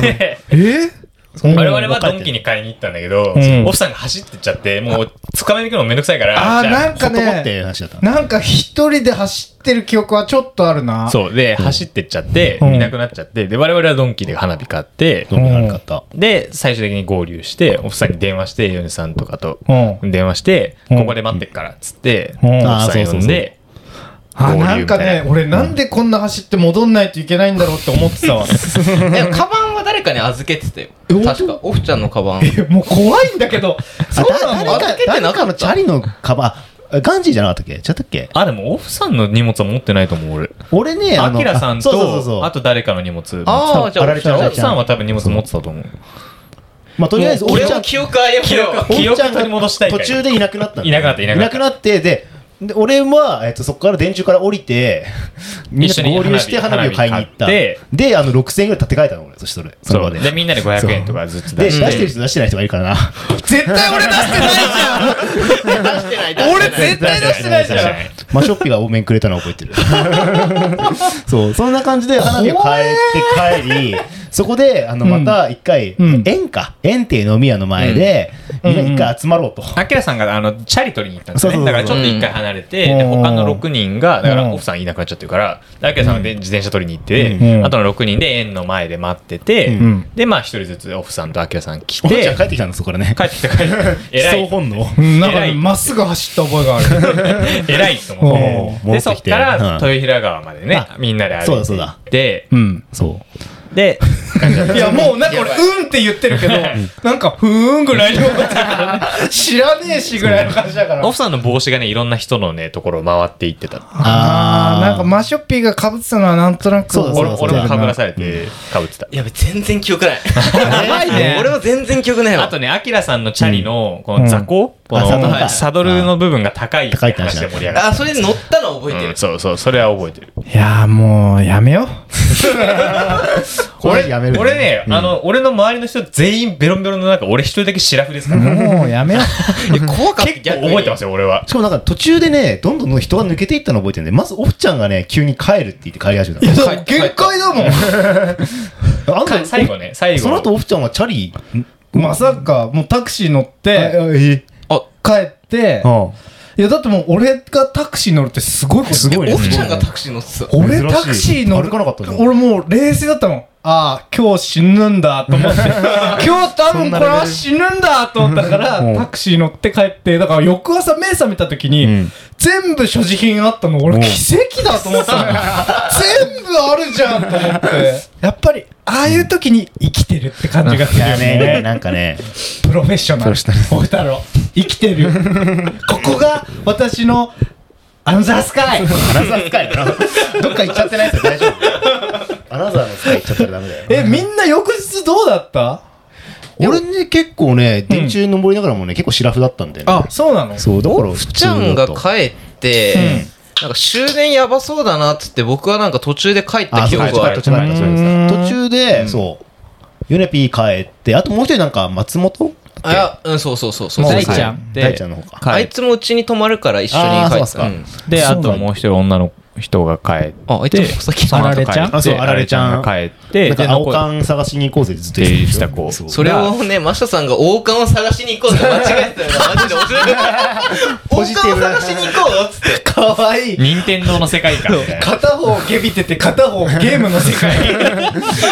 Speaker 7: で
Speaker 4: え
Speaker 2: そんな
Speaker 7: 我
Speaker 2: の
Speaker 7: 々はドンキに買いに行ったんだけど、
Speaker 8: ん
Speaker 7: オフさんが走ってっちゃって、もう捕まえに行くのめんどくさいから、
Speaker 4: あ
Speaker 7: じ
Speaker 4: ー
Speaker 7: ゃあ
Speaker 4: なんか
Speaker 2: ほっとこって
Speaker 4: ね
Speaker 2: いう話だった。
Speaker 4: なんか一人で走ってる記憶はちょっとあるな
Speaker 7: そう。で、走ってっちゃって、いなくなっちゃって、で、我々はドンキで花火買って、
Speaker 2: ドンキが悪かった。
Speaker 7: で、最終的に合流して、おっさんに電話して、ヨネさんとかと
Speaker 4: う
Speaker 7: 電話して、
Speaker 4: ん
Speaker 7: ここで待ってっから、っつって、
Speaker 4: うん
Speaker 7: おっさん呼んで、
Speaker 4: あ
Speaker 7: 合流みた
Speaker 4: ないんかね、俺なんでこんな走って戻んないといけないんだろうって思ってたわ
Speaker 3: でもカバンは誰かに預けてたよ
Speaker 2: え
Speaker 3: 確かオフちゃんのカバン
Speaker 4: えもう怖いんだけど
Speaker 2: あ
Speaker 4: そうな
Speaker 2: だ
Speaker 4: の
Speaker 3: 預けて
Speaker 2: 誰
Speaker 3: なかった
Speaker 2: かのチャリのカバン、あガンジーじゃなかったっけちゃったっけ
Speaker 7: あ、でも、オフさんの荷物は持ってないと思う、俺。
Speaker 2: 俺ね、
Speaker 7: ア
Speaker 2: の
Speaker 7: キラさん
Speaker 2: そうそうそうそう
Speaker 7: と、あと誰かの荷物。
Speaker 3: あーじゃあ
Speaker 2: あられちゃん
Speaker 3: オ
Speaker 2: あ
Speaker 7: オ
Speaker 2: ら
Speaker 3: フ
Speaker 2: れ
Speaker 7: フ
Speaker 2: ち
Speaker 7: さ
Speaker 2: ゃ
Speaker 7: ん
Speaker 2: ん
Speaker 7: は多分荷物持ってたと思う。
Speaker 2: まあ、とりあえず、
Speaker 3: 俺
Speaker 2: ちゃ
Speaker 3: の
Speaker 2: ん、
Speaker 3: 記憶あやめよ
Speaker 2: お
Speaker 7: 記
Speaker 2: っ
Speaker 7: 憶
Speaker 2: ちゃんが
Speaker 7: 取り戻したいか
Speaker 2: 途
Speaker 7: い
Speaker 2: 中でいなくなったの
Speaker 7: いなくなったいなくなった
Speaker 2: いなくなって、で、で俺は、えっと、そこから電柱から降りて、 みんな
Speaker 7: 一緒
Speaker 2: で
Speaker 7: に
Speaker 2: 合流して
Speaker 7: 花
Speaker 2: 花
Speaker 7: 火
Speaker 2: 火を買いに行った。
Speaker 7: 花火買って
Speaker 2: で、あの、6000円ぐらい立て替えたの、俺。そしてそれ、その
Speaker 7: そ
Speaker 2: 場
Speaker 7: う。
Speaker 2: で。
Speaker 7: で、みんなで500円とかずっと
Speaker 2: で、
Speaker 7: 出
Speaker 2: 出
Speaker 7: し
Speaker 2: してる
Speaker 7: て。
Speaker 2: 人出してない人がいるからな。
Speaker 4: 絶対俺出してないじゃん俺絶対出してないじゃん
Speaker 2: マショッピが多めにくれたのは覚えて る。そう、そんな感じで花火を変えて帰り、そこで、あの、また一回、
Speaker 8: ん
Speaker 2: 園か、園っていう飲み屋の前で、みんな一回集まろうと。
Speaker 7: アキラさんがあのチャリ取りに行ったんですよ
Speaker 2: そ
Speaker 7: ね。
Speaker 2: うそ
Speaker 7: だ
Speaker 2: う
Speaker 7: か
Speaker 2: そう
Speaker 7: らちょっと一回離れて、
Speaker 8: うん
Speaker 7: で他の6人が、だか
Speaker 8: う
Speaker 7: ら
Speaker 8: ん
Speaker 7: 奥さんいなくなっちゃってるから、でアキラさんはで自転車取りに行って、
Speaker 8: うん
Speaker 7: あとの6人で園の前で待ってて、
Speaker 8: ん
Speaker 7: で、まあ一人ずつオフさんとアキラさん来
Speaker 2: お姉ちゃん帰
Speaker 7: て、
Speaker 2: ってきたんです、そこからね。
Speaker 7: 帰ってきたから、 偉
Speaker 2: そう
Speaker 7: い、
Speaker 2: 本能。
Speaker 4: うんなんか
Speaker 7: 偉
Speaker 4: ね
Speaker 7: い
Speaker 4: まっすぐ走った覚えがある
Speaker 7: 偉いと思って。
Speaker 2: うん
Speaker 7: で、そっから
Speaker 2: うん
Speaker 7: 豊平川までね
Speaker 2: あ、
Speaker 7: みんなで
Speaker 2: そう
Speaker 7: 歩い
Speaker 2: だそ
Speaker 7: て
Speaker 2: うだ
Speaker 7: で、
Speaker 8: うん。
Speaker 2: そ
Speaker 7: で、
Speaker 4: いやもうなんか俺うんって言ってるけどなんかふーんぐらいのことだからね知らねえしぐらいの感じだから
Speaker 7: オフさんの帽子がね、いろんな人のね、ところを回っていってた。
Speaker 2: う。あ
Speaker 4: あ
Speaker 2: ー
Speaker 4: なんかマショッピーが被ってたのはなんとなく
Speaker 2: そうだそう
Speaker 7: 俺
Speaker 2: だ
Speaker 7: 俺もかぶらされて、かぶってた。
Speaker 3: やべ全然記憶ないやばいね 俺も全然記憶ないわ
Speaker 7: あとね、アキラさんのチャリの、この座高、こ
Speaker 2: あ座高
Speaker 7: の
Speaker 2: か
Speaker 7: サドルの部分が高いって
Speaker 2: 高いって話
Speaker 7: 話で盛り上がった
Speaker 3: あ。それに乗ったの覚えて
Speaker 7: う
Speaker 3: る
Speaker 7: んそうそう、それは覚えてる。
Speaker 4: いやーもうやめよう
Speaker 2: これやめる。
Speaker 7: 俺ね、あの、俺の周りの人全員ベロンベロンの中、俺一人だけシラフですから。結
Speaker 4: もうやめよ
Speaker 3: い
Speaker 4: う
Speaker 3: や怖かった
Speaker 7: 構覚えてますよ、俺は。
Speaker 2: しかもなんか途中でね、どんどん人が抜けていったの覚えてるんで、まずオフちゃんがね、急に帰るって言って帰り始 めた
Speaker 4: そう限界だもん
Speaker 2: の。あんた
Speaker 7: か最後ね、最後。
Speaker 2: その後オフちゃんはチャリ、
Speaker 4: まさか、もうタクシー乗っ
Speaker 2: え
Speaker 4: て、
Speaker 2: え
Speaker 4: 帰って、
Speaker 2: うん
Speaker 4: いや、だってもう俺がタクシー乗るってすごいこと
Speaker 2: すごいね
Speaker 3: オフちゃんがタクシー乗ってた
Speaker 2: 珍
Speaker 4: 俺
Speaker 2: しい
Speaker 4: タクシー乗る
Speaker 2: 歩かなかったじゃん
Speaker 4: 俺もう冷静だったもん。ああ、今日死ぬんだと思 って。今日多分これは死ぬんだと思ったから、タクシー乗って帰って、だから翌朝目覚めた時に、全部所持品あったの俺奇跡だと思ってたの。全部あるじゃんと思って。やっぱり、ああいう時に生きてるって感じがす
Speaker 2: い
Speaker 4: るよ
Speaker 2: や
Speaker 4: ね。
Speaker 2: ね、なんかね、
Speaker 4: プロフェッショナル。お太郎、生きて る。ここが私のアナザースカイ。
Speaker 2: アナザースカイ だな。どっか行っちゃってないですよ、大丈夫。アナザーのスカイ行っちゃったらダメだよ。
Speaker 4: え、みんな翌日どうだった
Speaker 2: 俺ね、結構ね、電柱登りながらもね、結構シラフだったんだよね。
Speaker 4: あ、そうなの
Speaker 2: そう、だから普
Speaker 3: オフちゃんが
Speaker 2: 帰
Speaker 3: 帰ってなんか終電やばそうだなっつって僕はなんか途中で帰っ
Speaker 2: あ、
Speaker 3: た記
Speaker 2: そう
Speaker 3: 憶
Speaker 2: か
Speaker 3: がある
Speaker 2: 途中だった途中だった途中で、そう、ヨネピー帰って、あともう一人なんか松本
Speaker 3: あいやうんそうそうそうそう
Speaker 8: もう
Speaker 3: そう
Speaker 8: 大
Speaker 3: そう
Speaker 8: ちゃん
Speaker 7: で
Speaker 2: 大ちゃんの方か。
Speaker 3: あいつもうちに泊まるから一緒に
Speaker 8: あー
Speaker 3: 帰
Speaker 8: そう
Speaker 3: っ
Speaker 8: っすか
Speaker 3: うん
Speaker 7: で、
Speaker 8: そう
Speaker 7: あ
Speaker 8: なんだ
Speaker 7: ともう一人女の人が帰って、
Speaker 3: ああいつもお酒
Speaker 8: あられちゃん
Speaker 2: あ、そう、あられちゃん。
Speaker 7: 帰って、
Speaker 2: なん
Speaker 7: で
Speaker 2: か青
Speaker 7: 残り
Speaker 2: 缶探しに行こうぜってずっと
Speaker 7: ってした子
Speaker 2: そう
Speaker 3: それをね、マシャさんが王冠を探しに行こうって間違えてたのがマジで面白い。王冠を探しに行こうっつって。
Speaker 4: かわいい。
Speaker 1: 任天堂の世界観みたいな。
Speaker 4: 片方ゲビてて片方ゲームの世 界。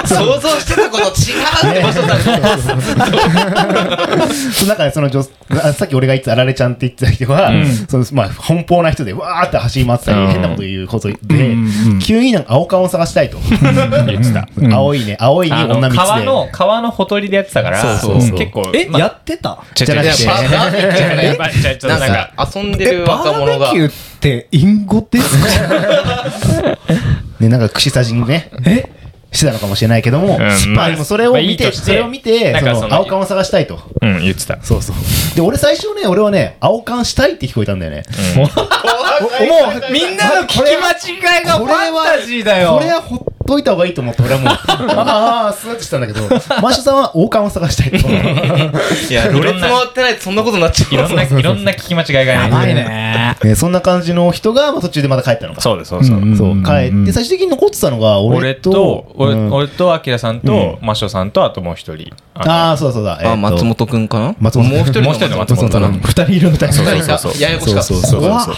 Speaker 3: 想像してたこと違うってマシャさんが。
Speaker 2: そうだからその女あさっき俺が言ってたあられちゃんって言ってた人は、そのまあ、奔放な人でわーって走り回ってたり、
Speaker 7: うん
Speaker 2: 変なこと言うことで、急になんか青缶を探したいと言ってた、
Speaker 8: ん
Speaker 2: 青いね青 いに
Speaker 7: あの
Speaker 2: 女見つ
Speaker 7: 川
Speaker 2: け
Speaker 7: の、川のほとりでやってたから、
Speaker 2: そうそうそう
Speaker 7: 結構、
Speaker 8: え、
Speaker 7: まあ
Speaker 8: やってた
Speaker 2: じゃなく
Speaker 3: い
Speaker 2: て
Speaker 3: やパーティーじゃない
Speaker 7: やばいじゃあちょっとなん
Speaker 3: なん
Speaker 7: か、
Speaker 3: か遊んで
Speaker 4: え
Speaker 3: る
Speaker 4: バ
Speaker 3: 若者
Speaker 4: ーベ
Speaker 3: が
Speaker 4: キ。ューって隠語ですか
Speaker 2: ね、なんか串刺しにね
Speaker 4: え
Speaker 2: してたのかもしれないけども、
Speaker 7: んまあ
Speaker 2: まあ、でもそれを
Speaker 7: まあい
Speaker 2: 見
Speaker 7: い
Speaker 2: て、
Speaker 7: として
Speaker 2: それを見て
Speaker 7: なん
Speaker 2: そ
Speaker 7: か
Speaker 2: の
Speaker 7: その
Speaker 2: 青缶を探したいと
Speaker 7: うん、言ってた。
Speaker 2: そうそうで俺最初ね俺はね青缶したいって聞こえたんだよね、
Speaker 4: もうみんなの聞き間違いがファンタジーだよ
Speaker 2: これはほっといた方がいいと思って俺 はもうああスーッとしたんだけどマーシュさんは王冠を探したいと
Speaker 3: いや、ろれつ回ってないとそんなことになっちゃう。
Speaker 7: いろんな、いろんな聞き間違いがね。
Speaker 8: 甘いね。
Speaker 2: ね、そんな感じの人が、まあ、途中でまた帰ったのか。
Speaker 7: そうです、そうです。
Speaker 8: うん
Speaker 2: そう帰って、最終的に残ってたのが俺
Speaker 7: 俺
Speaker 2: と
Speaker 7: と、、俺
Speaker 2: うん
Speaker 7: 俺と、アキラさんと、
Speaker 2: う
Speaker 7: マショさんと、あともう一人。
Speaker 2: ああ、そうだそうだ。えー
Speaker 3: あ、
Speaker 2: と
Speaker 3: 松本くんかな
Speaker 2: 松本
Speaker 3: もう一人の
Speaker 7: もう一人の松
Speaker 2: 松
Speaker 7: 本さ
Speaker 2: 本さ
Speaker 7: ん
Speaker 2: ん。二人いるみたいな。
Speaker 7: そう
Speaker 3: 二
Speaker 7: そう
Speaker 3: 人
Speaker 7: そう
Speaker 3: が
Speaker 7: そう。
Speaker 3: ややこしかった。
Speaker 2: そうそうそうそう。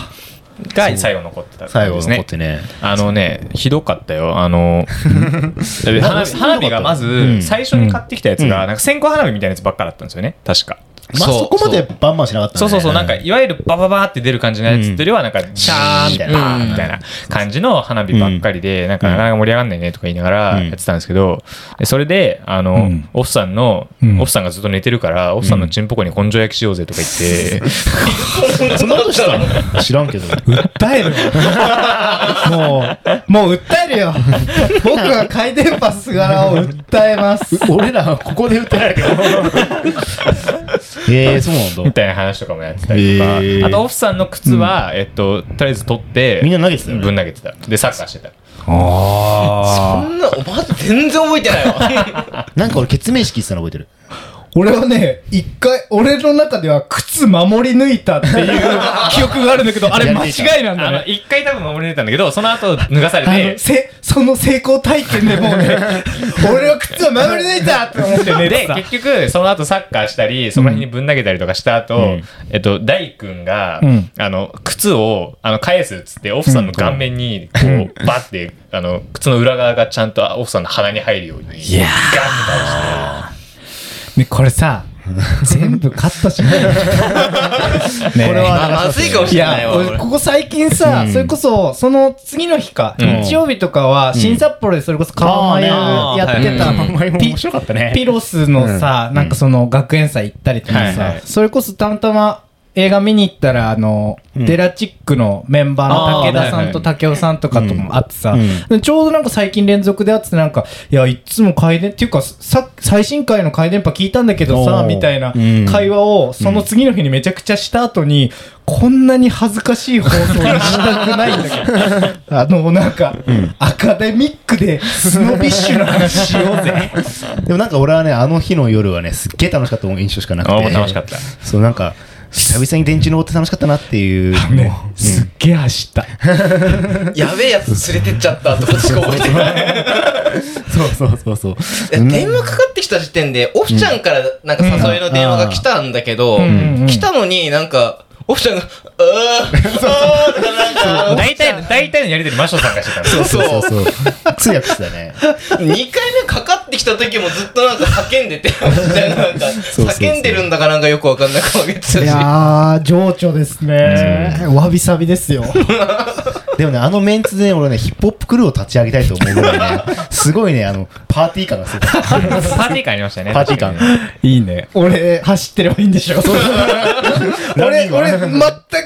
Speaker 7: が最後残ってた。
Speaker 2: 最後残って。ね。
Speaker 7: あのね、ひどかったよ。あの、花火花火がま
Speaker 2: う
Speaker 7: ず、
Speaker 2: ん
Speaker 7: 最初に買ってきたやつが、なんか線香花火みたいなやつばっかだったんですよね、確か。
Speaker 2: まあ、
Speaker 3: そう
Speaker 2: そこまでバンバンしなかったね。
Speaker 7: そうそうそう、なんか、いわゆるバババーって出る感じのやつっていうよりは、なんか、シャーンみたいな、バーンみたいな感じの花火ばっかりで、なんか、なかなか盛り上がんないねとか言いながら
Speaker 2: うん
Speaker 7: やってたんですけど、でそれで、あの、オフさんの、オフさんがずっと寝てるから、オフさんのチンポコに根性焼きしようぜとか言って、
Speaker 2: そんなことしてたの知らんけど。
Speaker 8: 訴えるわもう、もう訴える よ。
Speaker 4: 僕が回転パス柄を訴えます
Speaker 2: 俺ら、ここで歌えるけ ど。ええ、そうなん
Speaker 7: み
Speaker 2: だ。
Speaker 7: たいな話とかもやってたりとか、
Speaker 2: へー
Speaker 7: あとオフさんの靴は、えっと、とりあえず取って、
Speaker 2: みんな投げてたよね
Speaker 7: ぶん投げてた。で、サッカーしてた。
Speaker 3: そんな、お前全然覚えてないわ。
Speaker 2: なんか俺、結名式ってたの覚えてる。
Speaker 4: 俺はね一回俺の中では靴守り抜いたっていう記憶があるんだけどあれ間違いなん
Speaker 7: あ
Speaker 4: だ
Speaker 7: の、
Speaker 4: ね
Speaker 7: 一回多分守れてたんだけど、その後脱がされ
Speaker 4: あ
Speaker 7: て
Speaker 4: の、せその成功体験でもう ね俺は靴は守り抜いたって思って寝て
Speaker 7: で
Speaker 4: た
Speaker 7: 結局その後サッカーしたりその辺にぶん投げたりとかした後、えっと大君が、
Speaker 8: ん
Speaker 7: あの靴をあの返すっつってオフさんの顔面にこう、バッてあの靴の裏側がちゃんとオフさんの鼻に入るようにガンみたい
Speaker 8: ね、これさ、全部カットしない。 ね
Speaker 2: これは、
Speaker 3: まあまずいかもし
Speaker 4: い
Speaker 3: れない
Speaker 4: や、
Speaker 3: わ。俺
Speaker 4: 俺ここ最近さ、それこそ、その次の日か、
Speaker 7: ん
Speaker 4: 日曜日とかは、新札幌でそれこそ川前
Speaker 2: あ
Speaker 4: やってた、ピ
Speaker 2: 面白かったね。
Speaker 4: ピロスのさ、なんかその学園祭行ったりとか
Speaker 7: はいは
Speaker 4: さ
Speaker 7: い、
Speaker 4: それこそたまたま映画見に行ったら、あの、デラチックのメンバーの武田さんと武雄さんとかとも会ってさ、でちょうどなんか最近連続で会っててなんか、いや、いつも回電、っていうか、さ最新回の回電波聞いたんだけど
Speaker 2: お
Speaker 4: さ、
Speaker 2: ー
Speaker 4: みたいな会話を、その次の日にめちゃくちゃした後に、こんなに恥ずかしい放送にしたくないんだけど。 あの、なんか、アカデミックでスノビッシュな話しようぜ。
Speaker 2: でもなんか俺はね、あの日の夜はね、すっげえ楽しかった印象しかなく
Speaker 7: な
Speaker 2: て。
Speaker 7: 楽しかった
Speaker 2: そうなんか久々に電池登って楽しかったなっていう
Speaker 4: ね、すっげえ走った。
Speaker 3: やべえやつ連れてっちゃったとかしか覚えてない。
Speaker 2: そうそうそうそう
Speaker 3: いや電話かかってきた時点で、オフちゃんからなんか誘いの電話が来たんだけど、来たのになんか、オフちゃんが、うー、そうとかなんか、
Speaker 7: 大体大体のやりとりマショさんがしてたんですよ
Speaker 3: そうそ う
Speaker 2: そうそう通訳してたね
Speaker 3: 2回目かかってきた時もずっとなんか叫んでて、オフちゃんがなんか、
Speaker 2: うそうそう
Speaker 3: 叫んでるんだかなんかよくわかんなく分けてたし
Speaker 4: い、やー、情緒ですね。わびさびですよ。
Speaker 2: でもねあのメンツでね俺ねヒップホップクルーを立ち上げたいと思うぐらいね すごいねあのパーティー感がすごい
Speaker 7: パーティー感ありましたね
Speaker 2: パーティー感
Speaker 8: いいね。
Speaker 4: 俺、走ってればいいんでしょ。 俺、俺、
Speaker 2: ランニング
Speaker 4: 全く、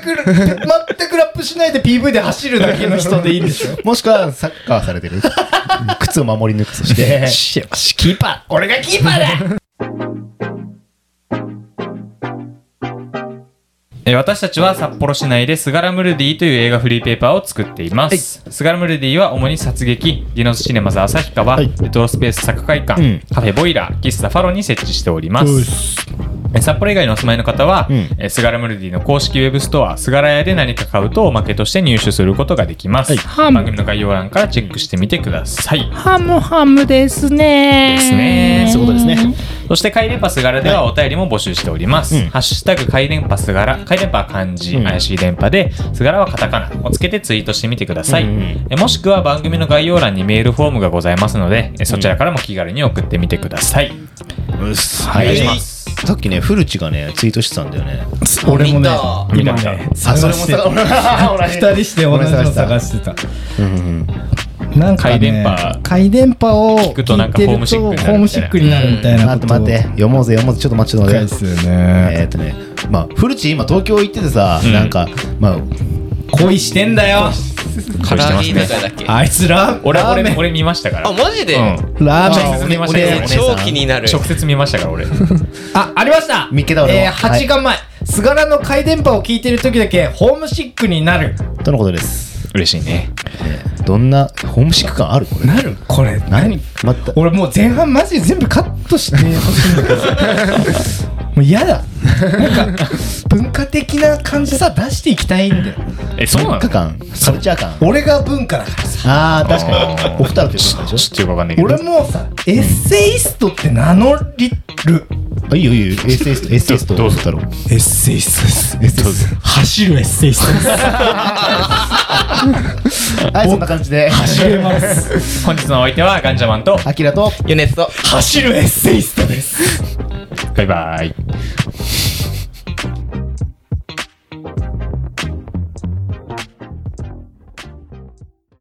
Speaker 4: 全くラップしないで PV で走るだけの人でいいんでし ょ。
Speaker 2: もしくはサッカーされ てる靴を守り抜くそして
Speaker 4: し、しキーパー。俺がキーパーだ
Speaker 7: えー私たちは札幌市内でスガラムルディという映画フリーペーパーを作っています。スガラムルディは主に殺撃、ディノスシネマズ旭川、レトロスペース作会館、カフェボイラー、喫茶ファロに設置しております。え札幌以外にお住まいの方は、
Speaker 2: うん
Speaker 7: えースガラムルディの公式ウェブストア、スガラ屋で何か買うとおまけとして入手することができます。番組の概要欄からチェックしてみてください。
Speaker 9: ハムハムですね。
Speaker 7: ですね
Speaker 2: そういうことですね。
Speaker 7: そして、カイレンパス柄ではお便りも募集しております。
Speaker 2: うん
Speaker 7: ハッシュタグ、カイレンパス柄、カイレンパは漢字、
Speaker 2: うん
Speaker 7: 怪しい電波で、すがらはカタカナをつけてツイートしてみてください。
Speaker 2: うん
Speaker 7: えもしくは番組の概要欄にメールフォームがございますので、えそちらからも気軽に送ってみてください。
Speaker 2: うっす
Speaker 7: お願いし
Speaker 2: は
Speaker 7: ま
Speaker 2: い
Speaker 7: す。
Speaker 2: さっきね、古地がね、ツイートしてたんだよね。
Speaker 4: 俺もね
Speaker 3: 見た
Speaker 4: 今
Speaker 7: 見た
Speaker 4: ね
Speaker 2: あ、
Speaker 4: 探
Speaker 2: それも
Speaker 4: して
Speaker 2: さ、俺
Speaker 4: 二人して同じの探してた
Speaker 2: うん
Speaker 4: なんかね
Speaker 7: 回電波
Speaker 4: 回電波を聞い
Speaker 7: 聞くとなんかホームシックになるみ
Speaker 4: て
Speaker 7: たい
Speaker 4: る
Speaker 7: な
Speaker 4: とホ
Speaker 2: 待っ
Speaker 4: ームシックになるみたいな
Speaker 2: て
Speaker 4: こと
Speaker 2: 待って、読もうぜ、読もうぜ、ちょっと待って、ちょっと待
Speaker 4: 深
Speaker 2: っ。
Speaker 4: いってすよね
Speaker 2: えーっとね、まあ、古地今東京行っててさ、なんか、まあ、
Speaker 4: 恋してんだよ
Speaker 3: 唐揚げ居酒屋だっけ
Speaker 4: あいつら
Speaker 7: 俺、
Speaker 4: ラーメ
Speaker 7: 俺、
Speaker 4: ン
Speaker 7: 俺見ましたから。
Speaker 3: あマジで
Speaker 7: うん
Speaker 4: ラ
Speaker 7: 直接
Speaker 4: ーメン
Speaker 7: 見ました
Speaker 2: 俺
Speaker 7: から
Speaker 2: 俺
Speaker 7: 俺。
Speaker 3: 超気になる
Speaker 7: 直接見ましたから、 俺。
Speaker 4: あありました
Speaker 2: 見っけた俺も
Speaker 4: えー、8が前すがらの回電波を聞いてる時だけホームシックになる
Speaker 2: とのことです。
Speaker 7: 嬉しいね。
Speaker 2: どんな、ホームシック感あるこれ。
Speaker 4: なるこれ何
Speaker 2: また、
Speaker 4: 俺もう前半マジで全部カットして ほしいんだけどもう嫌だなんか文化的な感じさ出していきたいんだよ
Speaker 7: え、そうなの
Speaker 2: 文化感、カルチャー感。
Speaker 4: 俺が文化だからさ
Speaker 2: ああ、確かに。お二人ということでし
Speaker 7: ちょっとよくわかんないけど。
Speaker 4: 俺もうさエッセイストって名乗りる
Speaker 2: ょあ、いいよいいよ、エッセイスト、エッセイスト、どうだろう。
Speaker 4: エッセイストです走るエッセイストです
Speaker 2: はい、そんな感じで、
Speaker 4: 走れます
Speaker 7: 本日のお相手はガンジャマンと、
Speaker 2: アキラと、
Speaker 3: ユネスト
Speaker 4: 走るエッセイストです
Speaker 7: バイバイ。